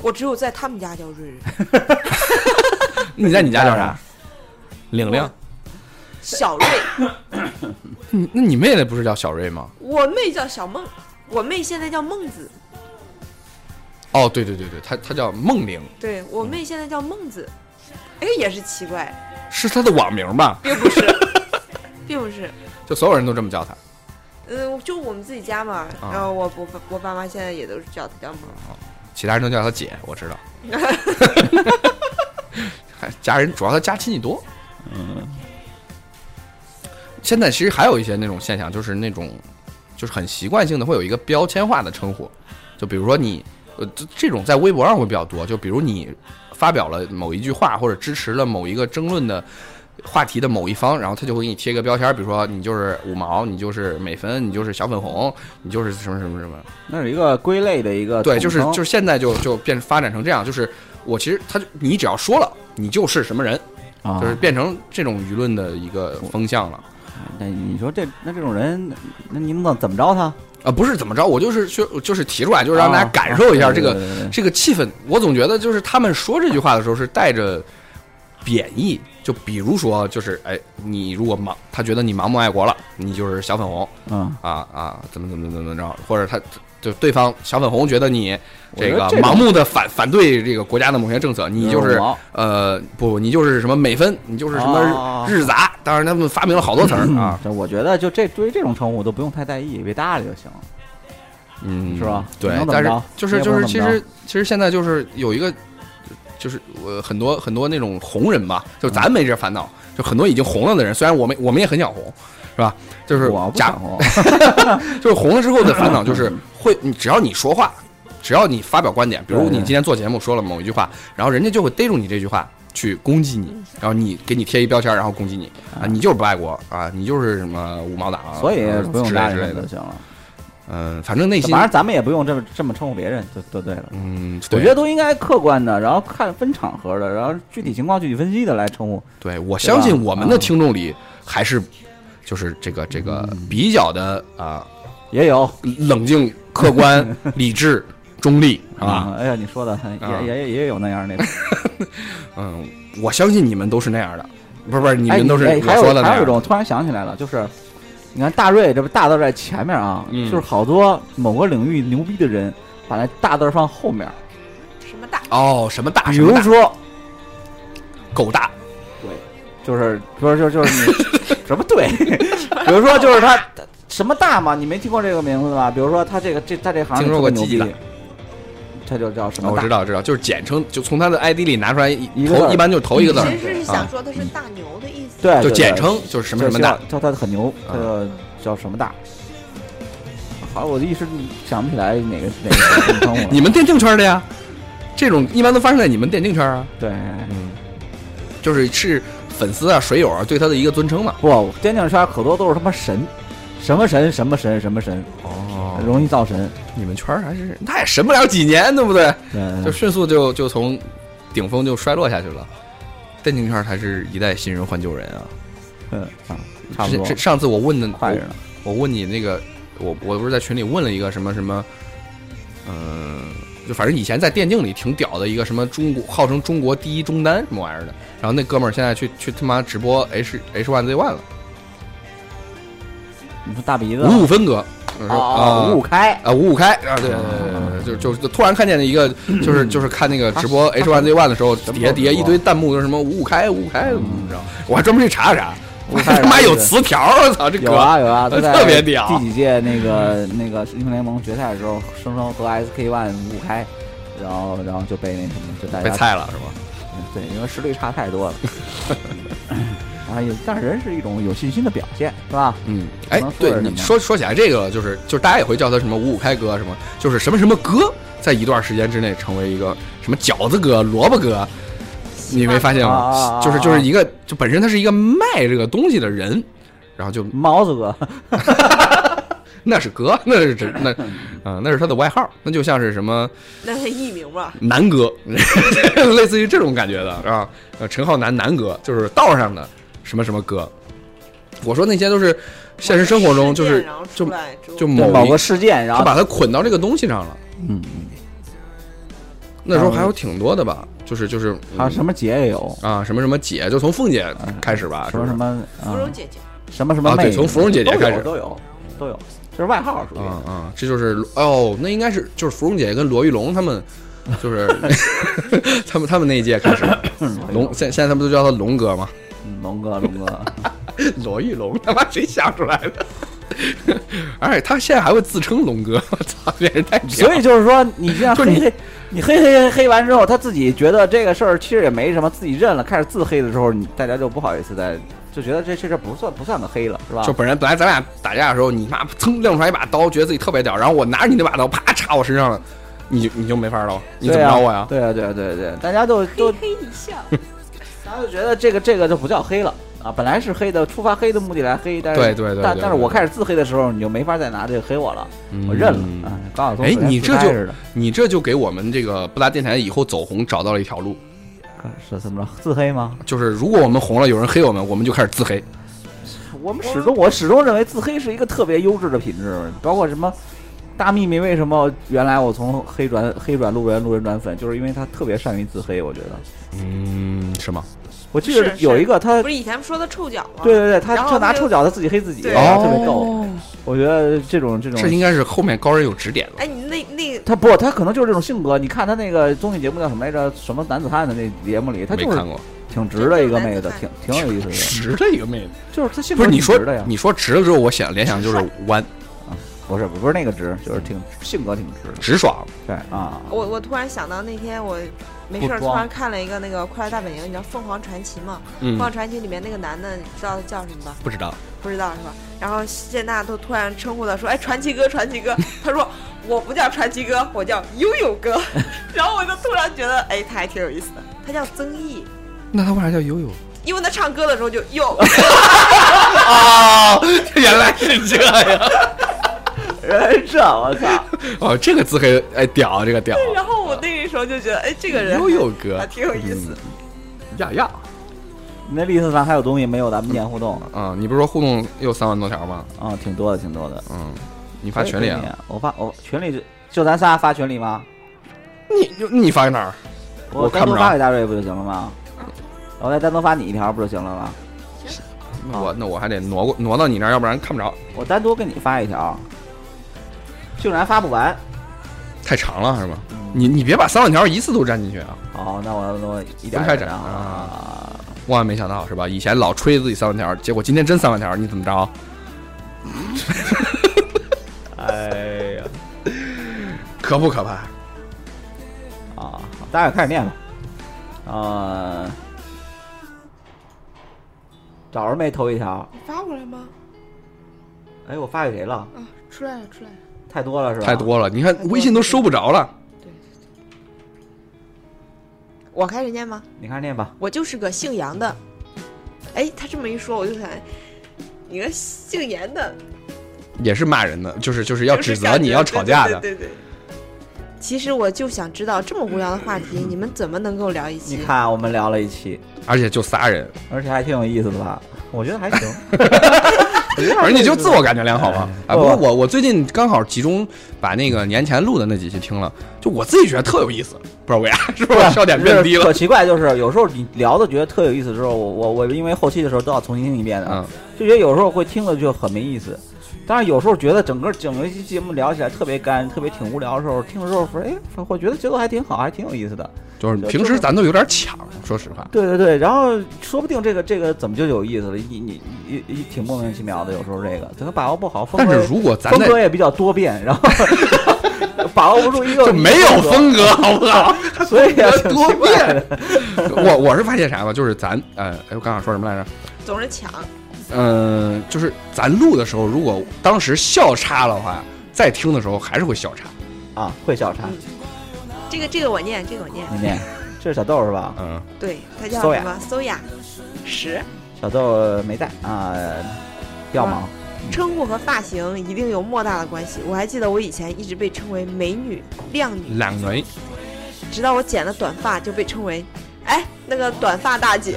S3: 我只有在他们家叫瑞 瑞，
S1: 你在你家叫啥？玲
S2: 哦
S1: 玲，
S3: 小瑞，
S1: 你那你妹妹不是叫小瑞吗？
S3: 我妹叫小梦，我妹现在叫孟子，
S1: 哦，对对对对，她她叫梦玲，
S3: 对我妹现在叫孟子，哎，也是奇怪，
S1: 是她的网名吧？
S3: 并不是，并不是。
S1: 就所有人都这么叫她。
S3: 嗯，就我们自己家嘛，
S1: 啊
S3: 然后我我爸我爸妈现在也都是叫她叫梦，
S1: 其他人都叫她姐，我知道。还家人主要她家亲戚多。嗯。现在其实还有一些那种现象，就是那种就是很习惯性的会有一个标签化的称呼，就比如说你呃这这种在微博上会比较多，就比如你发表了某一句话或者支持了某一个争论的。话题的某一方，然后他就会给你贴一个标签，比如说你就是五毛，你就是美分，你就是小粉红，你就是什么什么什么，
S2: 那是一个归类的一个
S1: 对，就是
S2: 呃统称
S1: 就是现在就就变发展成这样，就是我其实他就你只要说了，你就是什么人，
S2: 啊
S1: 就是变成这种舆论的一个风向了
S2: 那你说这那这种人，那你们怎怎么着他？
S1: 啊，不是怎么着，我就是就就是提出来，就是让大家
S2: 啊
S1: 感受一下
S2: 啊
S1: 这个、
S2: 对对对对
S1: 这个气氛。我总觉得就是他们说这句话的时候是带着贬义，就比如说就是哎，你如果盲，他觉得你盲目爱国了，你就是小粉红
S2: 嗯，
S1: 啊啊，怎么怎么怎么怎么着，或者他。就对方小粉红觉得你
S2: 我
S1: 这
S2: 觉得
S1: 个
S2: 这种
S1: 盲目的反反对这个国家的某些政策，你就是呃，不，你就是什么美分，你就是什么
S2: 哦
S1: 日日杂，当然他们发明了好多词儿啊
S2: 啊，，这我觉得 就这对于这种称呼都不用太在意，别搭理就行了。
S1: 嗯，
S2: 是吧
S1: 对
S2: 你能，怎么
S1: 但是
S2: 着
S1: 就是
S2: 你也
S1: 就
S2: 不
S1: 是，
S2: 能
S1: 其
S2: 怎么
S1: 实其实现在就是有一个，就是我很多很多那种红人吧，就咱没这烦恼，就很多已经红了的人，虽然我们我们也很想红，是吧？就是
S2: 我不
S1: 假
S2: 想红，
S1: 就是红了之后的烦 恼就是会，你只要你说话，只要你发表观点，比如
S2: 对
S1: 你
S2: 对
S1: 今天做节目说了某一句话，然后人家就会逮住你这句话去攻击你，然后你给你贴一标签，然后攻击你啊，你就是不爱国啊，你就是什么五毛党，呃
S2: 所以不用
S1: 之
S2: 搭
S1: 类之类
S2: 理他们
S1: 的
S2: 就。行了。
S1: 嗯，反正内心
S2: 反，正咱们也不用这么这么称呼别人，就就对了。
S1: 嗯，
S2: 我
S1: 对
S2: 觉得都应该客观的，然后看分场合的，然后具体情况具体分析的来称呼。
S1: 对我相信我们的
S2: 啊
S1: 听众里还是就是这个这个
S2: 嗯
S1: 比较的啊
S2: 也有
S1: 冷静、客观、 理智、中立啊。
S2: 嗯哎呀，你说的也、
S1: 啊
S2: 也也也有那样那种。
S1: 嗯，我相信你们都是那样的，不是不是，你
S2: 哎
S1: 们都是
S2: 哎
S1: 我
S2: 还有
S1: 说的那
S2: 还
S1: 样
S2: 有
S1: 的。
S2: 一种，突然想起来了，就是你看大瑞这不大字儿在前面啊，
S1: 嗯
S2: 就是好多某个领域牛逼的人，把那大字儿放后面。
S3: 什么大
S1: 哦，什么大，
S2: 比
S1: 什么
S2: 如
S1: 大，
S2: 说，
S1: 狗大，
S2: 就是不是就是就是你 什么对？比如说就是他他什么大嘛，你没听过这个名字吧？比如说他这个这他这行
S1: 听说过
S2: 特别
S1: 鸡鸡
S2: 牛
S1: 大
S2: 逼，他就叫什
S1: 哦
S2: 么
S1: 我
S2: 大
S1: 知？道知道，就是简称，就从他的 ID 里拿出来一
S2: 一个字
S1: 头，
S2: 儿
S1: 一般就是头一个字
S3: 其
S1: 儿，
S3: 实是想说的是大牛的意思，
S2: 对，
S1: 就
S2: 对
S1: 简称就是什么什么大，，
S2: 他他很牛，
S1: 啊
S2: 他叫叫什么大？好，我一时想不起来哪个哪个怎么称呼了。
S1: 你们电竞圈的呀，这种一般都发生在你们电竞圈啊，
S2: 对，
S1: 就是是粉丝啊、水友啊对他的一个尊称嘛。
S2: 不，电竞圈可多都是他妈神，什么神什么神什么神，
S1: 哦，
S2: 容易造神。
S1: 你们圈儿还是那也神不了几年，对不对？
S2: 对，
S1: 就迅速就就从顶峰就衰落下去了。电竞圈儿还是一代新人换旧人啊！
S2: 嗯啊，差不
S1: 这
S2: 多
S1: 这，上次我问的
S2: 快着呢。
S1: 我问你那个，我我不是在群里问了一个什么什么，嗯、就反正以前在电竞里挺屌的一个什么中国号称中国第一中单什么玩意儿的，然后那哥们儿现在去去他妈直播 H H One Z One 了，
S2: 你说大鼻子
S1: 五五分割，嗯
S2: 哦
S1: 啊
S2: 哦五五开，
S1: 啊，五五开啊，对对对对对，就就就突然看见了一个，就是就是看那个直播 H One Z One 的时候，底下底下一堆弹幕，就是什么五五开五五开怎么怎么着，我还专门去查了查，
S2: 五
S1: 我
S2: 五
S1: 还
S2: 开
S1: 他妈
S2: 是吧
S1: 有词条儿，我操，这
S2: 有
S1: 歌
S2: 啊有啊，他在
S1: 特别屌
S2: 第几届那个那个英雄联盟决赛的时候，生生和 SK One 五五开，然后然后就被那什么，就大
S1: 被
S2: 家
S1: 菜了是吧？
S2: 对，因为实力差太多了。 啊，也，但是人是一种有信心的表现，是吧？
S1: 嗯，哎
S2: 能，说
S1: 对，
S2: 点什
S1: 你
S2: 么
S1: 说说起来这个，就是就是大家也会叫他什么五五开哥什么，就是什么什么哥，在一段时间之内成为一个什么饺子哥、萝卜哥，你没发现
S2: 啊啊
S1: 吗？
S2: 啊
S1: 就是就是一个就本身他是一个卖这个东西的人，然后就
S2: 毛子哥，
S1: 那是哥， 那是指那，啊，那是他的外号，那就像是什么
S3: 那是艺名吧？
S1: 南哥， 类似于这种感觉的啊。呃，陈浩南南哥就是道上的什么什么哥。我说那些都是现实生活中就
S3: 事
S1: 是
S3: 件然后出
S1: 就
S3: 来之后
S1: 就
S2: 就 某
S1: 某一
S2: 个事件，然
S1: 他
S2: 后
S1: 把它捆到这个东西上了。
S2: 嗯，
S1: 那时候还有挺多的吧，就是就是
S2: 还有啊什么节也有，
S1: 嗯啊什么什么姐，就从凤姐开始吧，
S2: 什么
S1: 是
S2: 什
S1: 不
S2: 么
S3: 芙蓉
S2: 嗯
S3: 姐姐，
S2: 什么什么
S1: 啊对
S2: 妹，
S1: 从芙蓉姐姐
S2: 都有
S1: 开始
S2: 都有都有，就是外号属
S1: 是？
S2: 于。
S1: 啊啊，这就是哦，那应该是就是芙蓉姐跟罗玉龙他们，就是 他们他们那一届开 始，龙现现在他们都叫他龙哥嘛，
S2: 嗯龙哥，龙哥，
S1: 罗玉龙他妈谁想出来的？ 而且哎他现在还会自称龙哥， 我操，这人太屌
S2: 所
S1: 了！
S2: 以就是说，你这 样
S1: 就是
S2: 黑
S1: 你
S2: 黑，你黑黑黑黑完之后，他自己觉得这个事儿其实也没什么，自己认了，开始自黑的时候，你大家就不好意思再，就觉得这这事儿不算不算个黑了，是吧？
S1: 啊就本来本来咱俩打架的时候，你妈噌亮出来一把刀，觉得自己特别屌，然后我拿着你那把刀，啪插我身上了，你就你就没法了，你怎么着我呀？
S2: 对啊，对啊，对啊对啊，大家都都
S3: 嘿一笑，
S2: 大家就觉得这个这个就不叫黑了啊，本来是黑的，出发黑的目的来黑，但是
S1: 对对对
S2: 但
S1: 对
S2: 但是我
S1: 对
S2: 开始自黑的时候，你就没法再拿这个黑我了，
S1: 嗯
S2: 我认了啊。高晓松
S1: 哎
S2: 本来
S1: 你
S2: 自
S1: 这
S2: 拍
S1: 就
S2: 似的
S1: 你这就给我们这个布达电台以后走红找到了一条路，
S2: 啊是怎么着自黑吗？
S1: 就是如果我们红了，有人黑我们，我们就开始自黑。
S2: 我们始终我始终认为自黑是一个特别优质的品质，包括什么。大秘密为什么原来我从黑转黑转路人路人转粉，就是因为他特别善于自黑。我觉得，
S1: 嗯，是吗？
S2: 我记得
S3: 是是
S2: 有一个他，
S3: 不是以前不说的臭脚吗？
S2: 呃对对对，他
S3: 然后
S2: 他拿
S3: 就
S2: 臭脚他自己黑自己，
S3: 对
S2: 然啊后特别逗。，我觉得这种这种
S1: 哦这应该是后面高人有指点了。
S3: 哎，你那那个
S2: 他不，他可能就是这种性格。你看他那个综艺节目叫什么来着？什么男子汉的那节目里，他
S1: 没
S2: 就是
S1: 看过，
S2: 挺直的一个妹子
S3: 真的男，子
S2: 挺挺有意思的。
S1: 直的一个妹子，
S2: 就是他性
S1: 不
S2: 格
S1: 是你
S2: 挺
S1: 说
S2: 直的呀，
S1: 你说直了之后，我想联想就是弯，
S2: 不是不是那个直，就是挺
S1: 嗯
S2: 性格挺直的。
S1: 直爽。
S2: 对啊，
S1: 嗯
S3: 我我突然想到那天我没事儿
S2: 不
S3: 突
S2: 装
S3: 然看了一个那个《快乐大本营》，你知道《凤凰传奇》吗？凤
S1: 嗯，
S3: 凰传奇》里面那个男的，你知道他叫什么吧？
S1: 不知道，
S3: 不知道是吧？然后谢娜都突然称呼他说：“哎，传奇哥，传奇哥。”他说：“我不叫传奇哥，我叫悠悠哥。” 然后我就突然觉得，哎，他还挺有意思的。他叫曾毅，
S1: 那他为啥叫悠悠？
S3: 因为他唱歌的时候就哟，
S1: 哦， 原来是这样。
S2: 人 这我操，
S1: 哦，这个自黑，哎，屌，这个屌。
S3: 然后我那个时候就觉得，哎，这个人
S1: 悠悠哥
S3: 还挺有意思。
S1: 呀呀，
S2: 你那 list 上还有东西没有？咱们念互动
S1: 啊，你不是说互动又三万多条吗？
S2: 啊，挺多的，挺多的。哎
S1: 嗯，你发群里
S2: 可以
S1: 啊？，
S2: 我发我群里就就咱仨发群里吗？啊
S1: 你你发哪儿？我看
S2: 单
S1: 不
S2: 独
S1: 着
S2: 发给大瑞不就行了吗？我再单独发你一条不就行了吗？
S1: 那
S2: 啊
S1: 我那我还得挪过挪到你那儿，要不然看不着，
S2: 我单独给你发一条，竟然发不完。
S1: 太长了是吗？
S2: 嗯
S1: 你你别把三万条一次都占进去啊！
S2: 好，哦那我那我一点
S1: 分开
S2: 儿
S1: 展
S2: 啊，
S1: 万万没想到是吧？以前老吹自己三万条，结果今天真三万条，你怎么着？
S2: 哎呀
S1: 可不可怕？
S2: 啊，好大家开始念吧。呃，找着没？头一条，
S3: 你发过来吗？
S2: 哎，我发给谁了？
S3: 啊，出来了，出来了。
S2: 太多了是吧？
S1: 太。多了，你看微信都收不着了。
S3: 我开始念吗？
S2: 你看念吧，
S3: 我就是个姓杨的。哎，他这么一说，我就想，你个姓严的，
S1: 也是骂人的，就是就是要指
S3: 就是
S1: 责
S3: 感
S1: 你
S3: 觉
S1: 要吵架
S3: 对
S1: 的。
S3: 对对对对其实我就想知道，这么无聊的话题，你们怎么能够聊一
S2: 你
S3: 期？
S2: 看我们聊了一期，
S1: 而且就仨人，
S2: 而且还挺有意思的吧？我觉得还行。
S1: 反正你就自我感觉良好嘛。啊，不
S2: 不
S1: 过我我最近刚好集中把那个年前录的那几期听了，就我自己觉得特有意思，不知道为啥， 是不是笑点变低
S2: 就是可
S1: 了？
S2: 奇怪，就是有时候你聊的觉得特有意思的时候，我我我因为后期的时候都要重新听一遍的，
S1: 嗯，
S2: 就觉得有时候会听的就很没意思。但是有时候觉得整个整个一期节目聊起来特别干，特别挺无聊的时候，听的时候说，哎，我觉得节奏还挺好，还挺有意思的。
S1: 就是平时咱都有点抢，说实话。
S2: 对对对，然后说不定这个这个怎么就有意思了？你你你你挺莫名其妙的，有时候这个可能把握不好，风
S1: 但
S2: 格
S1: 是如果咱
S2: 风
S1: 在
S2: 格也比较多变，然后 把握不住一个
S1: 就没有
S2: 风
S1: 风格，好不好？
S2: 格，所以啊，挺
S1: 多
S2: 奇怪的。
S1: 我我是发现啥吧，就是咱呃，哎，我刚想说什么来着？
S3: 总是抢，
S1: 嗯、就是咱录的时候，如果当时笑岔了的话，再听的时候还是会笑岔。
S2: 啊，会笑场，
S3: 这个这个我念，这个我念，
S2: 你念，这是小豆是吧？
S1: 嗯，
S3: 对，他叫
S2: 搜
S3: 什
S2: 呀
S3: 么？搜雅，十
S2: 小豆没在啊，掉毛。
S3: 称呼和发型一定有莫大的关系。我还记得我以前一直被称为美女、靓女，
S1: 懒 人，
S3: 直到我剪了短发就被称为，哎，那个短发大姐。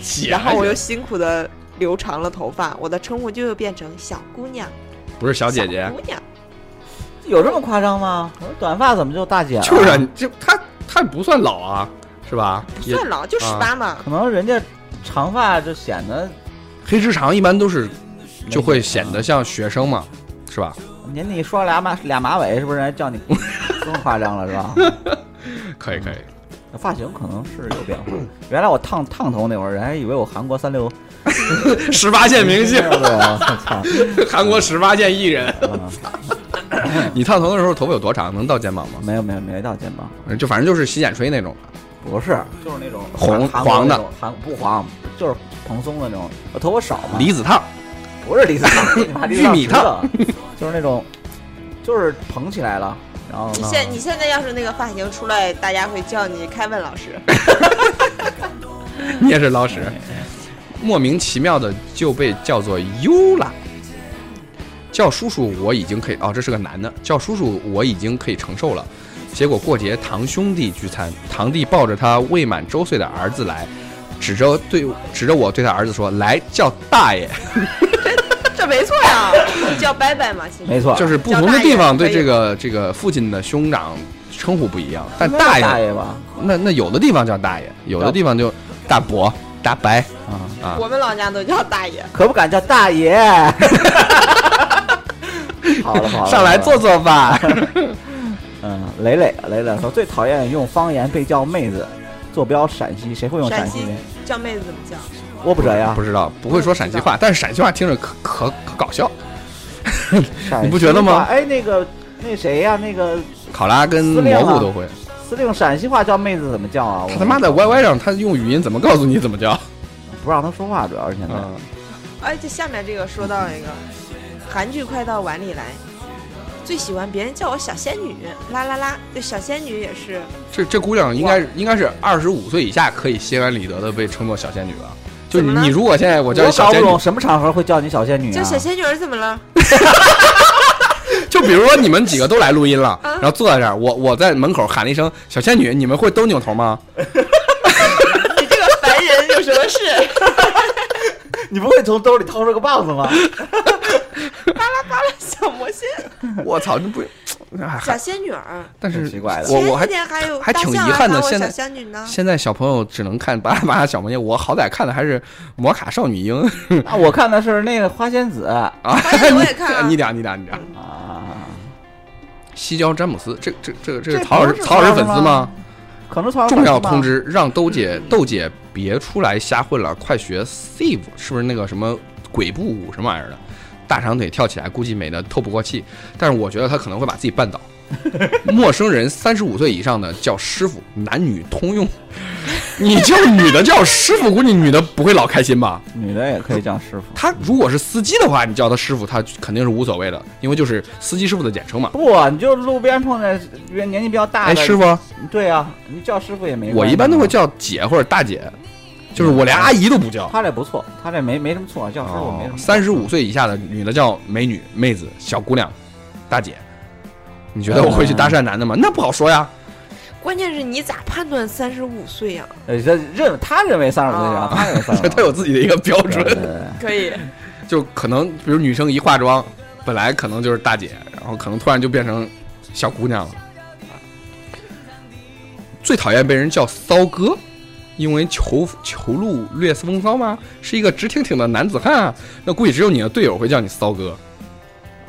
S1: 姐
S3: 然后我又辛苦的留长了头发，我的称呼就又变成小姑娘、
S1: 不是小姐姐
S3: 小，姑娘。
S2: 有这么夸张吗？我说短发怎么就大姐了？
S1: 就是啊你这她她不算老啊，是吧？
S3: 不
S1: 也啊
S3: 算老，就十八嘛。
S2: 可能人家长发就显得
S1: 黑直长一般都是就会显得像学生嘛，是吧？
S2: 您你说俩马俩马尾是不是还叫你更夸张了是吧？
S1: 可以可以，
S2: 发型可能是有变化。原来我烫烫头那会儿，人还以为我韩国三流
S1: 十八线明星
S2: 对，，我操！
S1: 韩国十八线艺人。
S2: 嗯
S1: 你烫头的时候头发有多长？能到肩膀吗？
S2: 没有没有没到肩膀，
S1: 就反正就是洗剪吹那种。
S2: 不是，就是那种
S1: 红
S2: 韩国
S1: 黄的
S2: 那种韩不黄，就是蓬松的那种。我头发少嘛，
S1: 离子烫，
S2: 不是梨子烫，你妈梨子
S1: 玉米烫
S2: 直的，就是那种，就是蓬起来了。然后
S3: 你
S2: 呢？
S3: 现你现在要是那个发型出来，大家会叫你凯文老师。
S1: 你也是老屎，莫名其妙的就被叫做优啦。叫叔叔我已经可以哦，这是个男的，叫叔叔我已经可以承受了。结果过节堂兄弟聚餐，堂弟抱着他未满周岁的儿子来，指着对指着我对他儿子说：“来叫大 爷。
S3: 这没错呀，叫拜拜嘛，其实
S2: 没错，”
S1: 就是是不同的地方对这个这个父亲的兄长称呼不一样，但大
S2: 大
S1: 爷
S2: 爷吧，
S1: 那那有的地方叫大爷，有的地方就大伯、大伯
S2: 啊，
S1: 啊
S3: 我。们老家都叫大爷。
S2: 可不敢叫大爷。 好了好了，
S1: 上来
S2: 好了
S1: 坐。坐吧。
S2: 嗯，磊磊磊磊说最讨厌用方言被叫妹子，坐标陕西，谁会用
S3: 陕
S2: 陕
S3: 西
S2: 西？
S3: 叫妹子怎么叫？
S2: 我不知道呀
S1: 不，知道，不会说陕西话，但是陕西话听着可可可搞笑。
S2: 陕西
S1: 你不觉得吗
S2: 话哎，那个那谁呀，那个
S1: 考拉跟蘑菇都会，
S2: 司令陕西话叫妹子怎么叫啊？
S1: 他
S2: 我
S1: 他妈在 YY 上，他用语音怎么告诉你怎么叫？
S2: 不让他说话，主要是现在
S1: 嗯，
S3: 哎，这下面这个说到一个，韩剧快到碗里来，最喜欢别人叫我小仙女，啦啦啦，对，小仙女也是，
S1: 这这姑娘应该是应该是二十五岁以下可以心安理得的被称作小仙女吧？就你
S3: 怎么了
S1: 你如果现在我
S2: 我
S1: 叫你小
S2: 搞不
S1: 仙女，
S2: 懂什么场合会叫你小仙女
S3: 这
S2: 啊？
S3: 小仙女儿怎么了？
S1: 就比如说你们几个都来录音了，
S3: 啊
S1: 然后坐在这儿，我我在门口喊了一声小仙女，你们会都扭头吗？
S3: 你这个凡人有什么事？
S2: 你不会从兜里掏出个棒 子吗？
S3: 小魔仙，
S1: 我操，这不，哎
S3: 小仙女儿。
S1: 但是
S2: 挺奇怪的
S1: 我我还
S3: 前几天还有
S1: 还
S3: 大
S1: 挺
S3: 象
S1: 遗
S3: 来
S1: 憾的
S3: 喊我
S1: 现
S3: 小
S1: 在
S3: 仙女呢，
S1: 现在小朋友只能看《巴拉巴拉小魔仙》，我好歹看的还是《摩卡少女樱》
S2: 啊，我看的是那个花仙子啊，
S1: 啊
S3: 花仙我也看啊
S1: 你俩你俩你俩，西郊詹姆斯，这这这这是曹老师
S2: 这不是啊
S1: 曹老师粉丝
S2: 曹老师
S1: 吗
S2: 吗？可能曹老师
S1: 重要
S2: 粉丝吧
S1: 通，知，让豆姐豆姐别出来瞎混了，快学 Steve 是不是那个什么鬼步舞什么玩意儿的？大长腿跳起来，估计美得透不过气。但是我觉得他可能会把自己绊 倒。陌生人三十五岁以上的叫师傅，男女通用。 你叫女的叫师傅，估计女的不会老开心吧？
S2: 女的也可以叫师傅。
S1: 他如果是司机的话，你叫他师傅，他肯定是无所谓的，因为就是司机师傅的简称嘛。
S2: 不，你就路边碰见人年纪比较大的，
S1: 哎，师，傅，
S2: 对啊，你叫师傅也没。啊
S1: 我一般都会，叫姐或者大姐，就是我连阿姨都不叫。
S2: 他这不错，他这没没什么错，叫师傅没什么错。
S1: 哦三十五岁以下的女的叫美女、妹子、小姑娘、大姐，你
S2: 嗯
S1: 觉得我会去搭讪男的吗？那不好说呀。
S3: 关键是你咋判断三十五岁呀、
S2: 呃，他认他认为三十岁啊，
S3: 啊
S2: 他认为三十
S1: 他
S2: 岁，
S1: 有自己的一个标
S2: 对对
S1: 准。
S2: 对
S3: 可以，
S1: 就可能比如女生一化妆，本来可能就是大姐，然后可能突然就变成小姑娘了。最讨厌被人叫骚哥，因为囚囚路略似风骚吗？是一个直挺挺的男子汉啊。那估计只有你的队友会叫你骚哥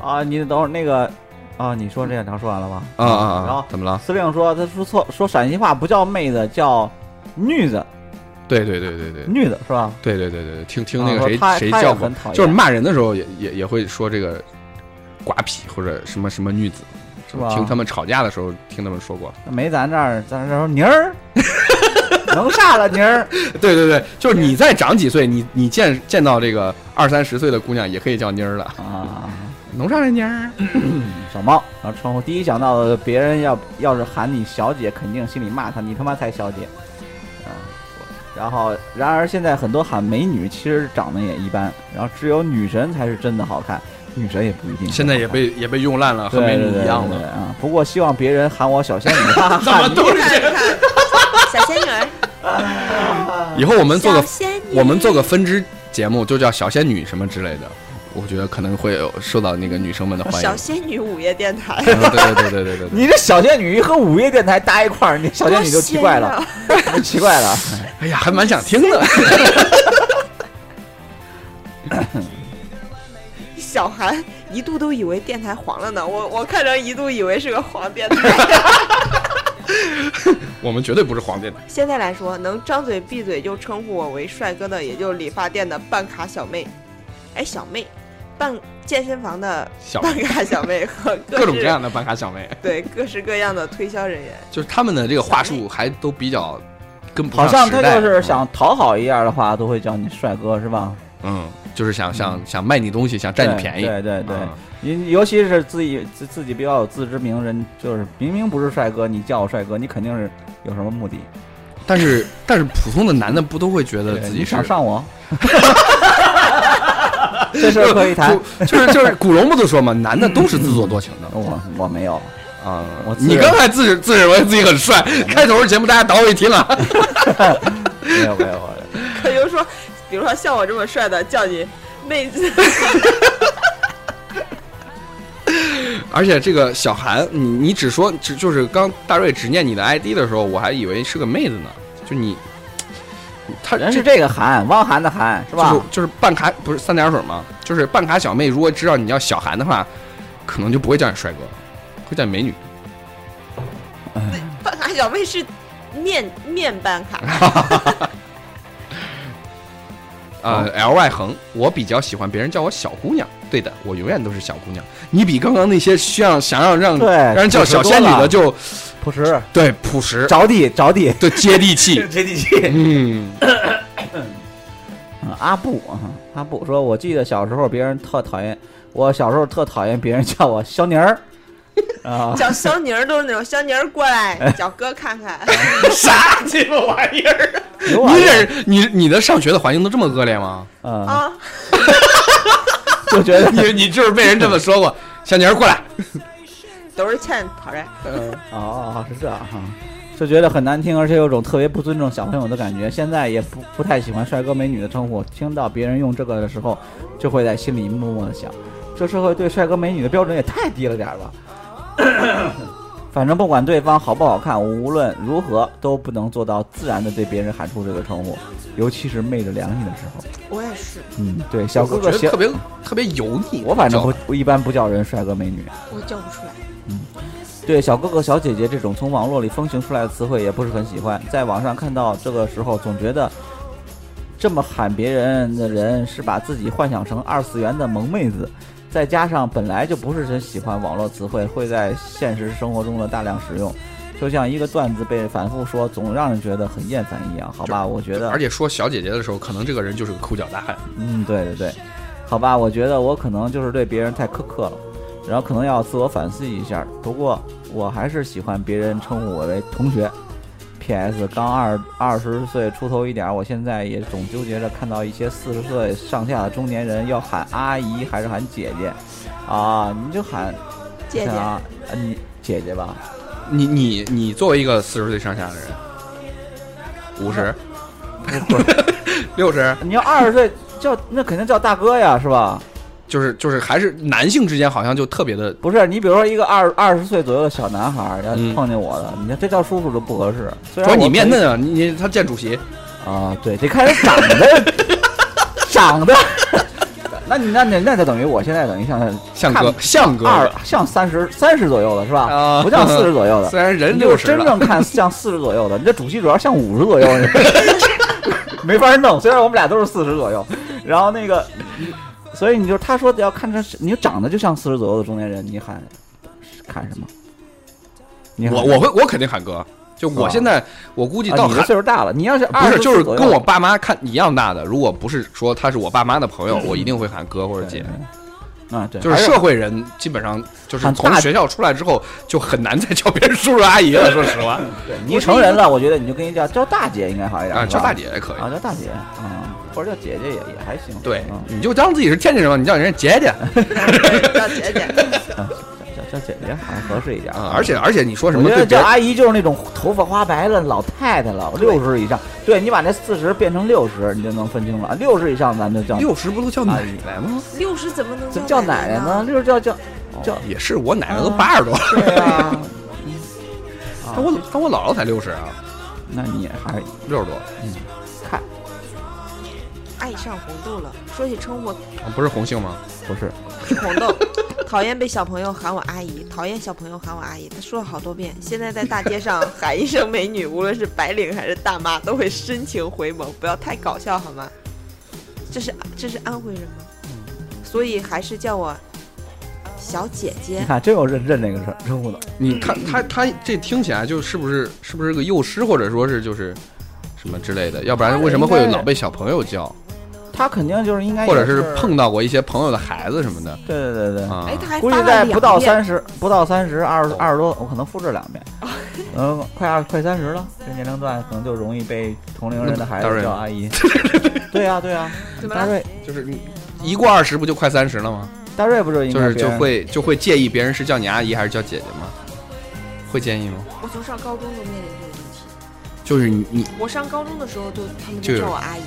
S2: 啊，你等会儿那个啊，你说这两条说完了吗？
S1: 啊啊
S2: 然
S1: 啊
S2: 后！
S1: 怎么了？
S2: 司令说他说错，说陕西话不叫妹子，叫女子，
S1: 对对对对对
S2: 女子是吧？
S1: 对对对对，听听
S2: 啊
S1: 那个
S2: 我
S1: 谁
S2: 他
S1: 谁
S2: 他也
S1: 叫过
S2: 很讨，厌
S1: 就是骂人的时候也也也会说这个寡痞或者什么什么女子，
S2: 是吧
S1: 听他们吵架的时候听他们说过。
S2: 没咱这儿，咱这儿说妮儿，能啥了妮儿？
S1: 对对对，就是你再长几岁，你你见见到这个二三十岁的姑娘，也可以叫妮儿了，
S2: 啊，
S1: 能上来妮儿？
S2: 小猫，然后称呼第一想到的别人要要是喊你小姐，肯定心里骂他，你他妈才小姐，啊，然后然而现在很多喊美女其实长得也一般，然后只有女神才是真的好看，女神也不一定。
S1: 现在也被也被用烂了，和
S2: 对
S1: 美女
S2: 对对
S1: 一样
S2: 对对
S1: 了。
S2: 啊，不过希望别人喊我小仙 女，哈哈
S1: 怎么
S2: 哈
S1: 都
S3: 你
S1: 是
S3: 看
S1: 这
S3: 你看， 小仙女儿，
S1: 以 后我们做个
S3: 小仙女，
S1: 我们做个分支节目，就叫小仙女什么之类的，我觉得可能会有受到那个女生们的欢迎
S3: 小。仙女午夜电台，
S1: 嗯 对对对对对对对。
S2: 你这小仙女和午夜电台搭一块儿，你小仙女就奇 怪了，
S3: 啊
S2: 奇怪了。
S1: 哎呀，还蛮想听的。
S3: 多仙女啊。小韩一度都以为电台黄了呢，我我看着一度以为是个黄电台。
S1: 我们绝对不是黄电台。
S3: 现在来说，能张嘴闭嘴就称呼我为帅哥的，也就理发店的办卡小妹，哎，小妹，办健身房的
S1: 小
S3: 办卡小妹和各
S1: 各种各
S3: 式
S1: 样的办卡小妹，
S3: 对各式各样的推销人员。
S1: 就是他们的这个话术还都比较跟 不
S2: 好像
S1: 时
S2: 他
S1: 代。
S2: 就是想讨好一样的话，都会叫你帅哥是吧？
S1: 嗯，就是想想想卖你东西，想占你
S2: 对
S1: 便宜。
S2: 对对对
S1: 嗯，
S2: 你尤其是自己自自己比较有自知明人，就是明明不是帅哥，你叫我帅哥，你肯定是有什么目的。
S1: 但是但是普通的男的不都会觉得
S2: 对
S1: 自
S2: 你
S1: 己是
S2: 想 上我， 这事儿可以 谈。
S1: 古就是就是古龙不都说嘛，男的都是自作多情的
S2: 我我没 有，
S1: 啊
S2: 嗯我。自嗯
S1: 你刚才自自认为自己很帅，开头的节目大家倒我一听啊了，
S2: 没有没有，没有
S3: 可就说，比如说像我这么帅的叫你妹子，
S1: 而且这个小韩，你你只说只就是刚大瑞只念你的 ID 的时候，我还以为是个妹子呢，就你，他
S2: 人是这个韩，汪涵的涵是吧
S1: 就是？就是办卡不是三点水吗？就是办卡小妹，如果知道你叫小韩的话，可能就不会叫你帅哥，会叫你美女。
S3: 办卡小妹是面面办卡，
S1: 呃、l
S2: 哦
S1: Y 横，我比较喜欢别人叫我小姑娘。对的，我永远都是小姑娘。你比刚刚那些需要想让让
S2: 对
S1: 让人叫小仙女的就
S2: 朴实
S1: 对朴实，
S2: 着地着 地，
S1: 对接地 气。
S2: 接地气。
S1: 嗯，
S2: 嗯阿布，啊阿布说，我记得小时候别人特讨厌，我小时候特讨厌别人叫我肖 宁儿，啊，
S3: 叫香妮儿都是那种香妮儿过来，叫哥看看。
S1: 啥鸡巴玩意儿？
S2: 有啊
S1: 你忍你你的上学的环境都这么恶劣吗？
S2: 嗯，
S3: 啊，
S2: 就觉得
S1: 你你就是被人这么说过。小宁儿过来，
S3: 都是欠讨厌。
S2: 哦，是这样哈，就觉得很难听，而且有种特别不尊重小朋友的感觉。现在也不不太喜欢帅哥美女的称呼，听到别人用这个的时候，就会在心里默默的想，这社会对帅哥美女的标准也太低了点 儿吧。反正不管对方好不好看，无论如何都不能做到自然的对别人喊出这个称呼，尤其是昧着良心的时候。
S3: 我也是，
S2: 嗯，对，小哥
S1: 我
S2: 哥
S1: 觉得
S2: 行
S1: 特，别特别油腻。
S2: 我反正
S1: 叫
S2: 不不一般不叫人帅哥美女。
S3: 我叫不出来。
S2: 对小哥哥、小姐姐这种从网络里风行出来的词汇也不是很喜欢，在网上看到这个时候，总觉得这么喊别人的人是把自己幻想成二次元的萌妹子，再加上本来就不是很喜欢网络词汇会在现实生活中的大量使用，就像一个段子被反复说，总让人觉得很厌烦一样。好吧，我觉得
S1: 而且说小姐姐的时候，可能这个人就是个抠脚大汉。
S2: 嗯，对对对，好吧，我觉得我可能就是对别人太苛刻了，然后可能要自我反思一下。不过我还是喜欢别人称呼我为同学。P.S. 刚二二十岁出头一点儿，我现在也总纠结着看到一些四十岁上下的中年人要喊阿姨还是喊姐姐，啊，你就喊
S3: 姐姐
S2: 像，啊，你姐姐吧，
S1: 你你你作为一个四十岁上下的人，五十、六十，
S2: 你要二十岁叫那肯定叫大哥呀，是吧？
S1: 就是就是还是男性之间好像就特别的，
S2: 不是，你比如说一个二二十岁左右的小男孩儿要
S1: 嗯
S2: 碰见我了，你看这叫叔叔都不合适。虽
S1: 主
S2: 然
S1: 要
S2: 我
S1: 你面
S2: 可以
S1: 嫩啊，你你他见主席，
S2: 啊，对，得看人长得 长得。那你那那那就等于我现在等于像
S1: 像
S2: 看
S1: 哥像哥
S2: 二像三十三十左右的是吧？
S1: 啊
S2: 不像四十左右的，
S1: 虽然人
S2: 你就
S1: 六十
S2: 真正看像四十左右的，你这主席主要像五十左右，你 没法弄。虽然我们俩都是四十左右，然后那个，所以你就他说得要看着你长得就像四十左右的中年人，你喊看什么？你喊
S1: 我我会我肯定喊哥，就我
S2: 啊
S1: 现在我估计
S2: 啊
S1: 到
S2: 你的
S1: 喊
S2: 岁数大了，你要是
S1: 不是
S2: 24
S1: 就是
S2: 左右
S1: 跟我爸妈看一样大的，如果不是说他是我爸妈的朋友，我一定会喊哥或者姐。
S2: 对啊，对，
S1: 就
S2: 还
S1: 是社会人基本上就是
S2: 喊
S1: 从
S2: 大
S1: 学校出来之后就很难再叫别人叔叔阿姨了，说实 话
S2: 对你成人了，我觉得你就跟人叫叫大姐应该好一点，
S1: 啊，
S2: 是吧
S1: 叫大姐也可
S2: 啊，
S1: 以。
S2: 叫大姐啊，或者叫姐姐也也还行，
S1: 对
S2: 嗯，
S1: 你就当自己是天津人嘛，你叫人家 姐姐。
S3: 叫 姐姐，
S2: 嗯叫叫叫姐姐好像合适一点
S1: 啊，而且而且你说什
S2: 我
S1: 么
S2: 觉
S1: 对
S2: 得
S1: 别
S2: 叫
S1: 人
S2: 阿姨就是那种头发花白的老太太了，六十以上。对你把那四十变成六十，你就能分清了。六十以上咱们就叫
S1: 六十不都叫奶奶吗？
S3: 六十怎么能
S2: 怎么叫奶奶呢？？六十叫叫叫
S1: 也是，我奶奶都八十多，了，
S2: 哦 对啊 呀。啊
S1: 但我但我姥姥才六十啊，
S2: 那你还
S1: 六十多，
S2: 看
S3: 爱上红豆了。说起称呼，
S1: 啊不是红杏吗？
S2: 不是？
S3: 是红豆。讨厌被小朋友喊我阿姨，讨厌小朋友喊我阿姨。他说了好多遍，现在在大街上喊一声美女，无论是白领还是大妈，都会深情回眸。不要太搞笑好吗？这是这是安徽人吗？所以还是叫我小姐
S2: 你
S3: 姐。
S2: 看真有认认这个事儿，真不懂。
S1: 你看他他这听起来就是不是是不是个幼师，或者说是就是什么之类的，要不然为什么会老被小朋友叫，
S2: 他肯定就是应该
S1: 或者
S2: 也
S1: 是
S2: 是
S1: 碰到过一些朋友的孩子什么的
S2: 对对对对。
S1: 啊
S3: 哎，？他还
S2: 估计
S3: 发
S2: 在
S3: 了
S2: 不
S3: 两哦
S2: 到
S3: 遍
S2: 三十，不到三十，二十二十多，我可能复制两遍，
S3: 哦
S2: 嗯，快二快三十了，这年龄段可能就容易被同龄人的孩
S1: 大
S2: 子
S1: 瑞
S2: 叫阿姨。对呀对呀，啊
S3: 怎么
S2: 大
S3: 了？
S2: 瑞
S1: 就是你一过二十不就快三十了吗？
S2: 大瑞不就应
S1: 就
S2: 该
S1: 是
S2: 别
S1: 就
S2: 人
S1: 会就会介意别人是叫你阿姨还是叫姐姐吗？会介意吗？
S3: 我从上高中就面临这个问题。
S1: 就是你你
S3: 我上高中的时候就他们
S1: 就
S3: 就
S1: 有
S3: 叫我阿姨，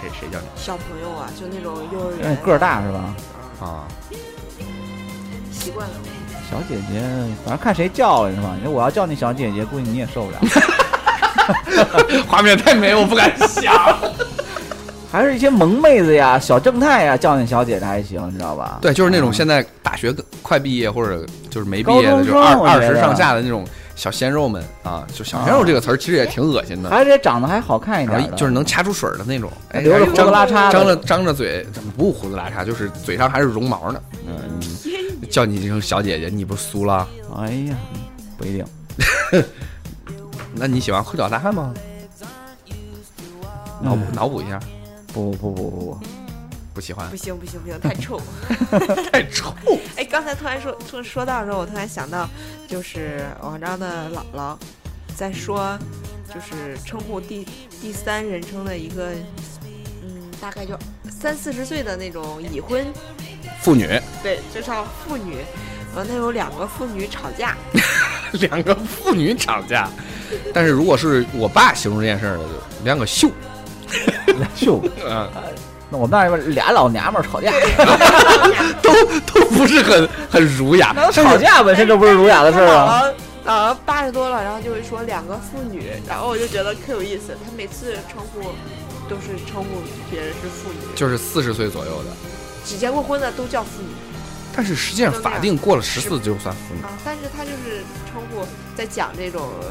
S1: 谁谁叫你
S3: 小朋友啊，就那种幼儿
S2: 因为
S3: 园
S2: 嗯个儿大是吧？
S1: 啊？
S3: 习惯了。
S2: 小姐姐，反正看谁叫了是吧？你说我要叫你小姐姐，估计你也受不 了。
S1: 画面太美，我不敢 想。
S2: 还是一些萌妹子呀、小正太呀，叫你小姐姐还行，你知道吧？
S1: 对，就是那种
S2: 嗯
S1: 现在大学快毕业或者就是没毕
S2: 高
S1: 业的，
S2: 中
S1: 就
S2: 生
S1: 二
S2: 我
S1: 二
S2: 觉
S1: 十
S2: 得
S1: 上下的那种小鲜肉们啊，就小鲜肉
S2: 啊
S1: 这个词儿其实也挺恶心的。
S2: 还是得长得还好看一
S1: 然
S2: 点
S1: 后
S2: 的，
S1: 啊就是能掐出水儿的那种，哎，
S2: 哎留着
S1: 还
S2: 胡子
S1: 张
S2: 拉碴的
S1: 张着张着嘴，不胡子拉碴，就是嘴上还是绒毛呢。嗯，你叫你一声小姐姐，你不是酥了？
S2: 哎呀，不一定。
S1: 那你喜欢会找大汉吗？
S2: 嗯
S1: 脑补脑补一下，
S2: 不不不不不，
S1: 不喜 欢
S3: 不，行不行不行，太臭。
S1: 太臭。
S3: 哎，刚才突然说突说到的时候，我突然想到，就是王章的姥姥在说，就是称呼第第三人称的一个，嗯，大概就三四十岁的那种已婚，
S1: 妇女，
S3: 对，就像妇女。完，她有两个妇女吵架，
S1: 两个妇女吵架。但是如果是我爸形容这件事儿的，就两个秀，
S2: 秀，
S1: 嗯，
S2: 那我们那边俩老娘们儿吵架，
S1: 都都不是很很儒雅。但是
S2: 吵架本身就不是儒雅的事儿
S3: 哎
S2: 啊。
S3: 她姥姥。姥姥八十多了，然后就会说两个妇女，然后我就觉得可有意思。她每次称呼都是称呼别人是妇女，
S1: 就是四十岁左右的，
S3: 只结过婚的都叫妇女。
S1: 但是实际上法定过了十四就算妇女。
S3: 啊，但是他就是称呼在讲这种呃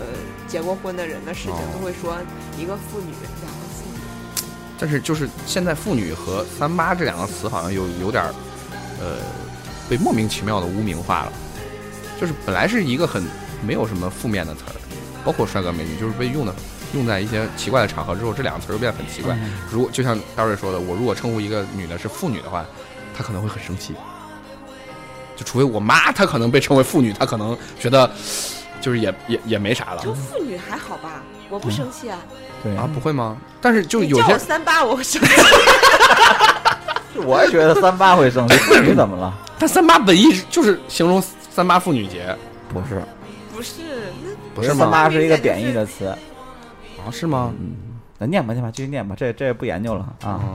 S3: 结过婚的人的事情
S1: 哦，
S3: 都会说一个妇女，两个妇女。
S1: 但是就是现在“妇女”和“三妈”这两个词好像有有点儿，呃，被莫名其妙的污名化了。就是本来是一个很没有什么负面的词儿，包括帅哥美女，就是被用的用在一些奇怪的场合之后，这两个词儿又变得很奇
S3: 嗯
S1: 怪。如果就像大瑞说的，我如果称呼一个女的是妇女的话，她可能会很生气。就除非我妈，她可能被称为妇女，她可能觉得就是也也也没啥了
S3: 就妇女还好吧，我不生气啊。
S2: 对
S1: 啊，不会吗？但是嗯就
S3: 你
S1: 有
S3: 叫
S1: 些
S3: 我三八，我会生气。
S2: 我也觉得三八会生气，你怎么了？
S1: 但三八本意是就是形容三八妇女节，
S2: 不是，
S3: 不是，那
S1: 不是
S2: 三
S1: 吗？
S2: 八是一个贬义的词。
S1: 啊，是吗？
S2: 那念吧念吧，继续念吧，这这也不研究了啊。
S1: 哦，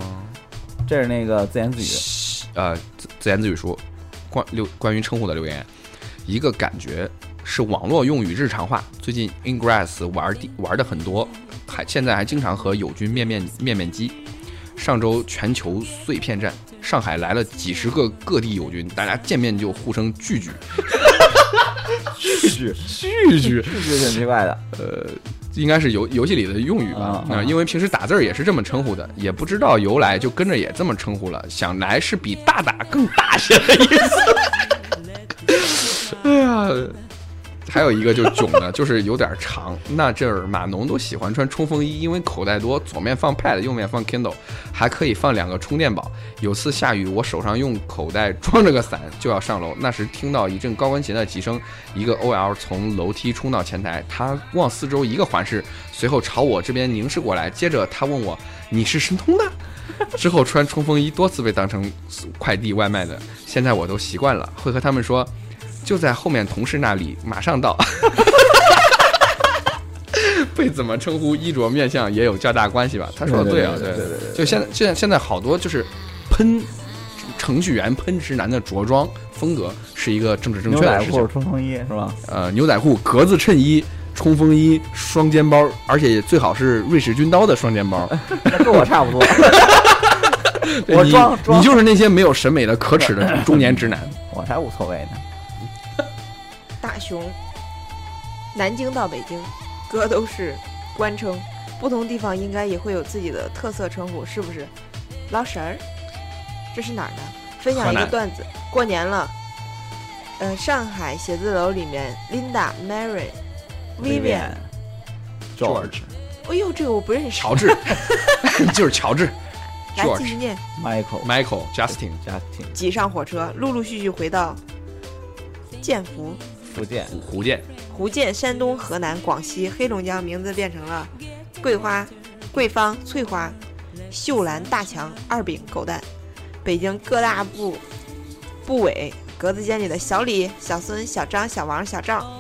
S2: 这是那个自言自语。
S1: 呃自自言自语说，关留关于称呼的留言，一个感觉是网络用语日常化。最近 Ingress 玩地玩的很多，还现在还经常和友军面面面面基。上周全球碎片战，上海来了几十个各地友军，大家见面就互称聚聚
S2: 句句
S1: 聚聚，
S2: 句句挺奇怪的，
S1: 呃，应该是游游戏里的用语吧
S2: 啊？
S1: 啊，
S2: 啊
S1: 因为平时打字儿也是这么称呼的，也不知道由来，就跟着也这么称呼了。想来是比大打更大些的意思。 哎呀，还有一个就是囧的，就是有点长。那阵儿码农都喜欢穿冲锋衣，因为口袋多，左面放 Pad，右面放 Kindle，还可以放两个充电宝。有次下雨，我手上用口袋装着个伞就要上楼，那时听到一阵高跟鞋的急声，一个 OL 从楼梯冲到前台，他往四周一个环视，随后朝我这边凝视过来，接着他问我：“你是神通的？”之后穿冲锋衣多次被当成快递外卖的，现在我都习惯了，会和他们说：“就在后面同事那里，马上到。” 被怎么称呼、衣着、面相也有较大关系吧？他说的
S2: 对
S1: 啊，
S2: 对对对对
S1: 就现在现在现在好多就是喷程序员、喷直男的着装风格是一个政治正
S2: 牛
S1: 确的
S2: 仔
S1: 事情
S2: 裤、。冲锋衣是吧？
S1: 呃，牛仔裤、格子衬衣、冲锋衣、双肩包，而且最好是瑞士军刀的双肩包。
S2: 那跟我差不多。
S1: 对
S2: 哎我
S1: 你
S2: 装装
S1: 你就是那些没有审美的可耻 的中年直男。
S2: 我才无所谓呢。
S3: 大熊，南京到北京，哥都是官称，不同地方应该也会有自己的特色称呼，是不是？老婶儿，这是哪儿的？分享一
S1: 河
S3: 个
S1: 南
S3: 段子，过年了，呃，上海写字楼里面，Linda、Mary、Vivian，
S1: George、
S3: 哎呦，这个我不认识，
S1: 乔治， 就是乔治、
S3: 来继
S1: George
S3: 续念。
S2: Michael、
S1: Michael、Justin。
S2: Justin、
S3: 挤上火车，陆陆续续回到建福、
S2: 福建、
S1: 胡胡建、
S3: 福建、山东、河南、广西、黑龙江，名字变成了桂花、桂芳、翠花、秀兰、大强、二饼、狗蛋。北京各大部部委格子间里的小李、小孙、小张、小王、小赵，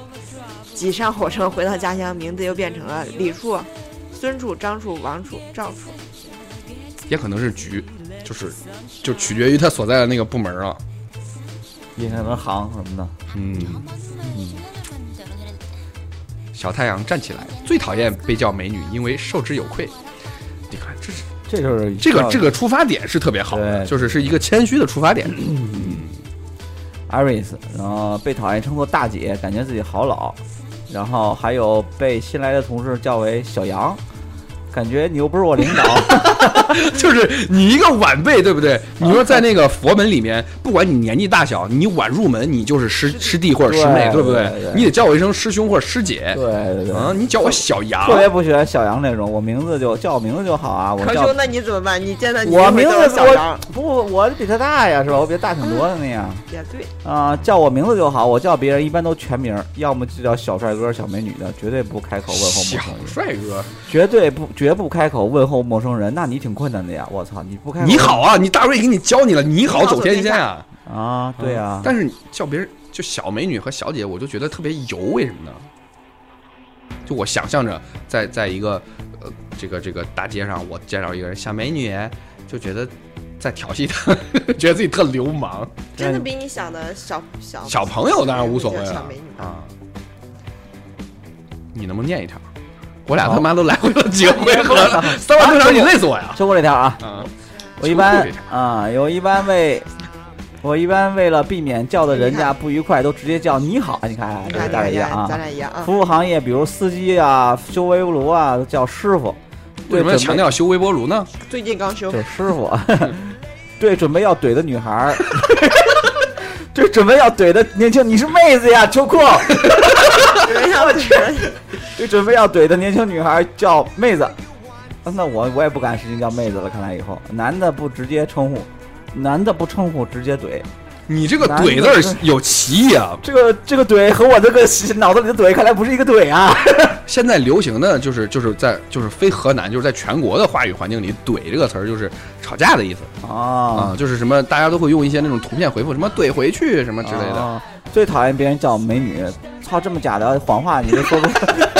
S3: 挤上火车回到家乡，名字又变成了李处、孙处、张处、王处、赵处。
S1: 也可能是局，就是就取决于他所在的那个部门啊。
S2: 也可能行什么的。
S1: 嗯。小太阳站起来，最讨厌被叫美女，因为受之有愧。你看，这是
S2: 这就是
S1: 这个这个出发点是特别好的，
S2: 对
S1: 就是是一个谦虚的出发 点。
S2: Iris，然后被讨厌称作大姐，感觉自己好老，然后还有被新来的同事叫为小杨，感觉你又不是我领 导，
S1: 就是你一个晚辈，对不
S2: 啊
S1: 对？你说在那个佛门里面，不管你年纪大小，你晚入门，你就是师师弟或者师妹，
S2: 对
S1: 对不对
S2: 对对？
S1: 你得叫我一声师兄或者师姐
S2: 对对对，
S1: 啊，你叫我小杨
S2: 特。别不喜欢小杨那种，我名字就叫我名字就好啊，我
S3: 康
S2: 叫
S3: 兄，那你怎么办？你见到你
S2: 我
S3: 就会
S2: 名
S3: 叫我
S2: 字
S3: 小
S2: 我
S3: 张，
S2: 不我比他大呀，是吧？我比他大挺多的那样
S3: 也对，
S2: 啊、叫我名字就好，我叫别人一般都全名，要么就叫小帅哥、小美女的，绝对不开口问候陌
S1: 小
S2: 生人，
S1: 帅哥，
S2: 绝对不绝不开口问候陌生人，那你挺困难的呀，我操，你不开口
S1: 你好啊！你大瑞给你教你了，你好走天下啊！
S2: 啊，对呀、
S1: 但是你叫别人就小美女和小姐，我就觉得特别油，为什么呢？就我想象着在在一个呃这个这个大街上，我见到一个人小美女，就觉得在调戏她， 觉得自己特流氓。
S3: 真的比你想的小小
S1: 小朋友当然无所谓
S3: 哦小
S1: 了
S3: 美女嘛
S1: 啊。你能不能念一条？我俩他妈都来回了几个回合了，三万多条你累死我呀！
S2: 就我这条啊，
S1: 啊，
S2: 我一般
S1: 秋裤这条
S2: 啊、我一般为，我一般为了避免叫的人家不愉快，都直接叫你好。你看，
S3: 你
S2: 这
S3: 看
S2: 大概一样啊。
S3: 咱俩一样啊。
S2: 服务行业，比如司机啊、修微波炉啊，都叫师傅。
S1: 为
S2: 对，
S1: 什么要
S2: 准备
S1: 强调修微波炉呢？
S3: 最近刚修
S2: 就，是师傅？ 对，准备要怼的女孩儿， 对，准备要怼的年轻，你是妹子呀，秋裤。
S3: 我去，
S2: 对，准备要怼的年轻女孩儿叫妹子。啊那我我也不敢使劲叫妹子了，看来以后男的不直接称呼，男的不称呼直接怼。
S1: 你这个“怼”字儿有歧义啊！
S2: 这个这个怼和我这个脑子里的怼，看来不是一个怼啊！
S1: 现在流行的就是就是在就是非河南，就是在全国的话语环境里，“怼”这个词儿就是吵架的意思
S2: 啊
S1: 啊，就是什么大家都会用一些那种图片回复，什么“怼回去”什么之类的。
S2: 啊最讨厌别人叫我美女，操这么假的谎话你都说不，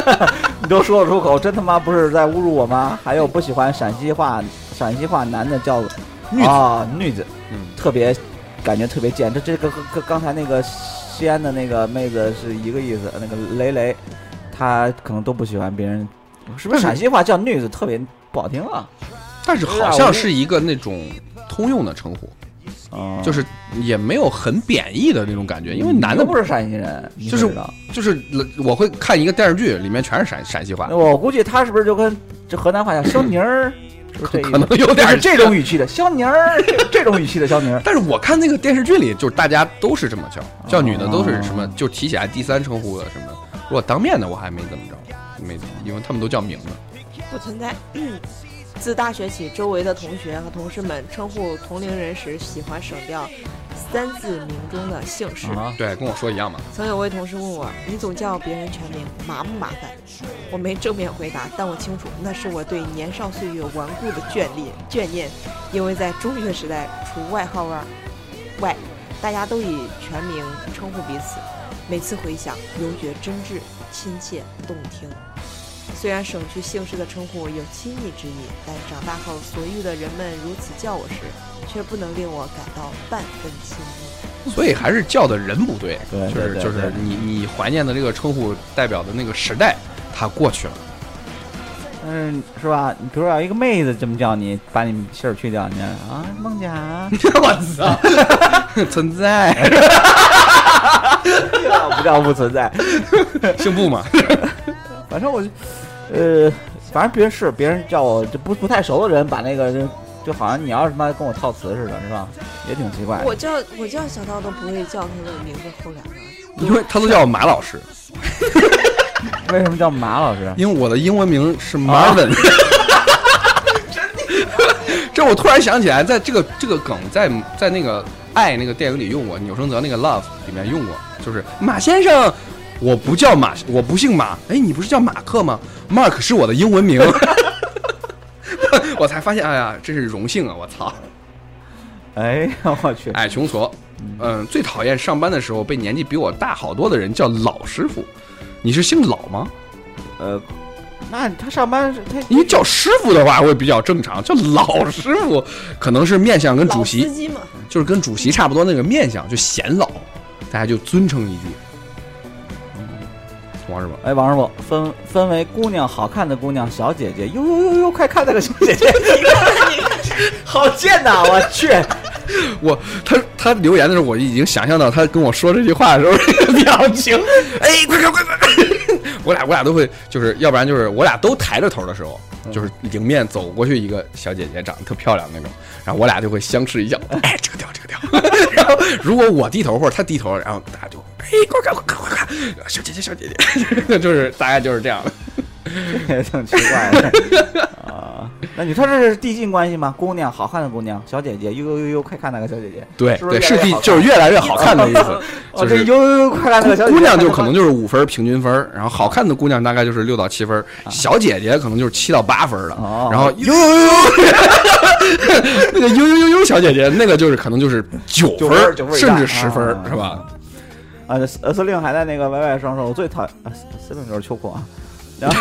S2: 你都说得出口，真他妈不是在侮辱我吗？还有不喜欢陕西话，陕西话男的叫女啊，女子，
S1: 嗯，
S2: 特别感觉特别贱。这这个和和刚才那个西安的那个妹子是一个意思，那个雷雷，她可能都不喜欢别人，是不是陕西话叫女子特别不好听啊？
S1: 但是好像是一个那种通用的称呼，
S2: 嗯
S1: 就是也没有很贬义的那种感觉，因为男的
S2: 你又不是陕西人，你
S1: 就是
S2: 不知道
S1: 就是我会看一个电视剧，里面全是陕陕西话
S2: 那，我估计他是不是就跟这河南话叫肖宁 儿，就
S1: 可
S2: 是这
S1: 可能有点
S2: 就是
S1: 儿
S2: 这种语气的肖宁儿， 这这种语气的肖宁儿。
S1: 但是我看那个电视剧里，就是大家都是这么叫，
S2: 哦
S1: 叫女的都是什么，就提起来第三称呼的什么。如果当面的我还没怎么着，没怎么，因为他们都叫名字。
S3: 不存在。自大学起，周围的同学和同事们称呼同龄人时，喜欢省掉三字名中的姓氏。
S2: 啊，
S1: 对，跟我说一样 嘛。
S3: 曾有位同事问我：“你总叫别人全名，麻不麻烦？”我没正面回答，但我清楚那是我对年少岁月顽固的眷恋眷念，因为在中学时代，除外号外，外，大家都以全名称呼彼此。每次回想，犹觉真挚、亲切、动听。虽然省去姓氏的称呼有亲昵之意，但长大后所遇的人们如此叫我时，却不能令我感到半分亲昵。
S1: 所以还是叫的人不对，
S2: 对
S1: 就是
S2: 对对
S1: 就是
S2: 对
S1: 你你怀念的这个称呼代表的那个时代，它过 去了。
S2: 嗯，是吧？你比如说有一个妹子这么叫你，把你姓儿去掉，你啊，孟甲，
S1: 我操， 存在
S2: 不叫不存在。
S1: 姓布 嘛？
S2: 反正我就，呃，反正别人是别人叫我就不不太熟的人，把那个就就好像你要是他妈跟我套词似的，是吧？也挺奇怪的。
S3: 我叫我叫小道都不会叫他的名字后两个，
S1: 因为他都叫我马老师，
S2: 为什么叫马老师？
S1: 因为我的英文名是 Marvin。这我突然想起来，在这个这个梗在在那个《爱》那个电影里用过，钮承泽那个《Love》里面用过，就是马先生，我不叫马，我不姓马。哎，你不是叫马克吗？Mark 是我的英文名。 我才发现，哎呀，真是荣幸啊！我操，
S2: 哎呀，我去，
S1: 矮穷矬，嗯，最讨厌上班的时候被年纪比我大好多的人叫老师傅。你是姓老吗？
S2: 呃，那他上班是他
S1: 因为叫师傅的话会比较正常，叫老师傅可能是面相跟主席
S3: 老司机嘛，
S1: 就是跟主席差不多那个面相，就显老，大家就尊称一句。嗯王师傅，
S2: 哎，王师傅分分为姑娘好看的姑娘小姐姐，呦呦呦呦，快看那个小 姐姐，好贱呐！我去，
S1: 我他他留言的时候，我已经想象到他跟我说这句话的时候那个表情。哎，快快快快！ 我俩我俩都会，就是要不然就是我俩都抬着头的时候，就是迎面走过去一个小姐姐，长得特漂亮那种，然后我俩就会相视一笑，哎，这个调这个调。 然后如果我低头或者他低头，然后大家就哎，快快快快快，快小姐姐小姐姐， 就是大概就是这样的。
S2: 也挺奇怪的啊。那你说这是递进关系吗？姑娘好看的姑娘小姐姐，呦呦呦呦，快看那个小姐姐，
S1: 对
S2: 是不是
S1: 对，
S2: 越
S1: 是
S2: 来越
S1: 第
S2: 好看，
S1: 就是越来越好看的意思
S2: 哦，
S1: 就
S2: 这
S1: 是
S2: 呦呦呦，快看那个小姐姐，
S1: 姑娘就可能就是五分儿平均分儿，然后好看的姑娘大概就是六到七分儿，小姐姐可能就是七到八分儿了。
S2: 啊哦
S1: 然后呦呦呦， 那个呦呦呦呦小姐姐，那个就是可能就是九
S2: 九
S1: 分
S2: 分儿
S1: 儿
S2: 九分儿以上
S1: 甚至十分儿
S2: 啊
S1: 是吧？
S2: 啊，司呃司令还在那个歪歪上说，我最讨厌啊，司司令就是秋裤啊， 然后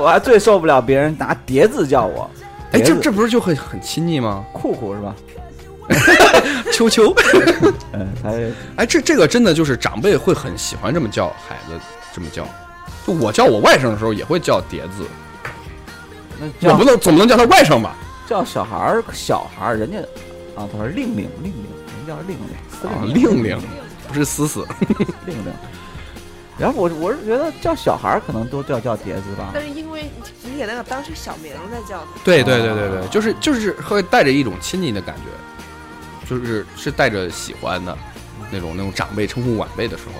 S2: 我还最受不了别人拿叠字叫我，
S1: 哎，这
S2: 叠字
S1: 这不是就很很亲昵吗？
S2: 酷酷是吧？
S1: 秋秋，
S2: 嗯，才
S1: 哎，这这个真的就是长辈会很喜欢这么叫孩子，这么叫。就我叫我外甥的时候也会叫叠字，
S2: 那
S1: 我
S2: 叫
S1: 不能总不能叫他外甥吧？
S2: 叫小孩儿，小孩儿，人家啊，他说令令令令，人家叫令令，司
S1: 啊，
S2: 令
S1: 令令，不是思思。
S2: 令令。然后我我是觉得叫小孩儿可能都叫叫叠字吧
S3: 但，是因为你给那个当成小名在叫他，
S1: 对对对对对
S3: 哦
S2: 啊，
S1: 就是就是会带着一种亲近的感觉，就是是带着喜欢的那种那种长辈称呼晚辈的时候，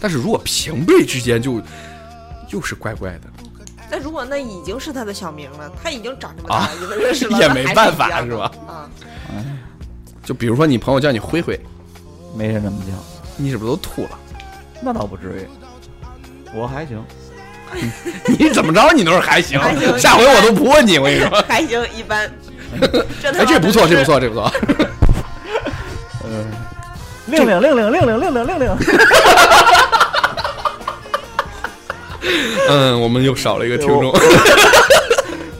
S1: 但是如果平辈之间就又是怪怪的，
S3: 但如果那已经是他的小名了，他已经长这么大
S1: 啊
S3: 了，你们认识了，
S1: 也
S3: 那
S1: 没
S3: 还
S1: 办
S3: 一
S1: 法
S3: 样
S1: 是吧？
S3: 啊，
S1: 就比如说你朋友叫你灰灰，
S2: 没人这么叫，
S1: 你是不是都吐了？
S2: 那倒不至于，我还行，
S1: 你怎么着你都是还行
S3: 还，行
S1: 下回我都不问你，我跟你说。
S3: 还行 一般。这他
S1: 哎，
S3: 妈
S1: 这不错，这不
S3: 真是
S1: 错，这不错。
S2: 嗯，令令令令令令令令令 令，
S1: 嗯，我们又少了一个听众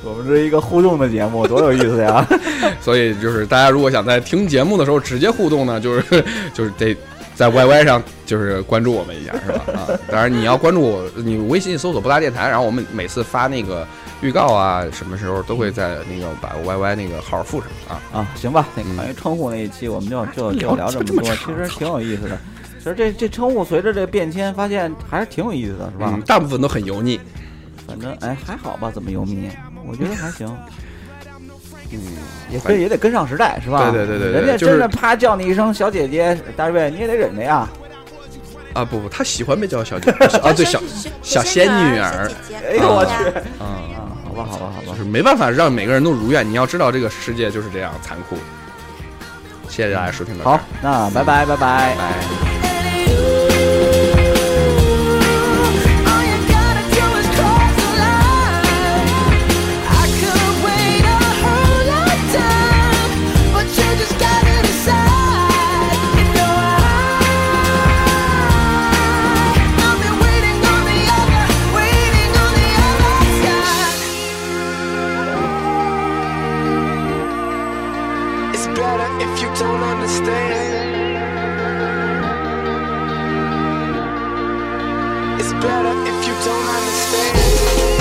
S2: 我们们这一个互动的节目，多有意思呀！
S1: 所以就是大家如果想在听节目的时候直接互动呢，就是 就是得在 YY 上就是关注我们一下，是吧？啊， 当然你要关注我，你微信搜索“不搭电台”，然后我们每次发那个预告啊，什么时候都会在那个把 YY 那个号附上啊。
S2: 啊，行吧，那个关于称呼那一期，我们就就就聊这么多，其实挺有意思的。其实这这称呼随着这变迁，发现还是挺有意思的，是吧？
S1: 嗯，大部分都很油腻，
S2: 反正哎还好吧，怎么油腻？我觉得还行，
S1: 嗯，
S2: 也可以也得跟上时代，是吧？
S1: 对对对对对
S2: 人家
S1: 就是
S2: 真的啪叫你一声小姐姐大卫，你也得忍着呀。
S1: 啊，不不，他喜欢被叫小姐啊，对小小仙女儿
S2: 哎
S1: 嗯
S2: 呦我去
S1: 啊，
S2: 啊，好吧好吧好吧
S1: 就，是没办法让每个人都如愿。你要知道这个世界就是这样残酷。谢谢大家收听到这儿，
S2: 好，那拜拜拜拜。
S1: 拜。
S4: Just gotta decide, you know I, I've been waiting on the other, waiting on the other side.
S5: It's better if you don't understand. It's better if you don't understand.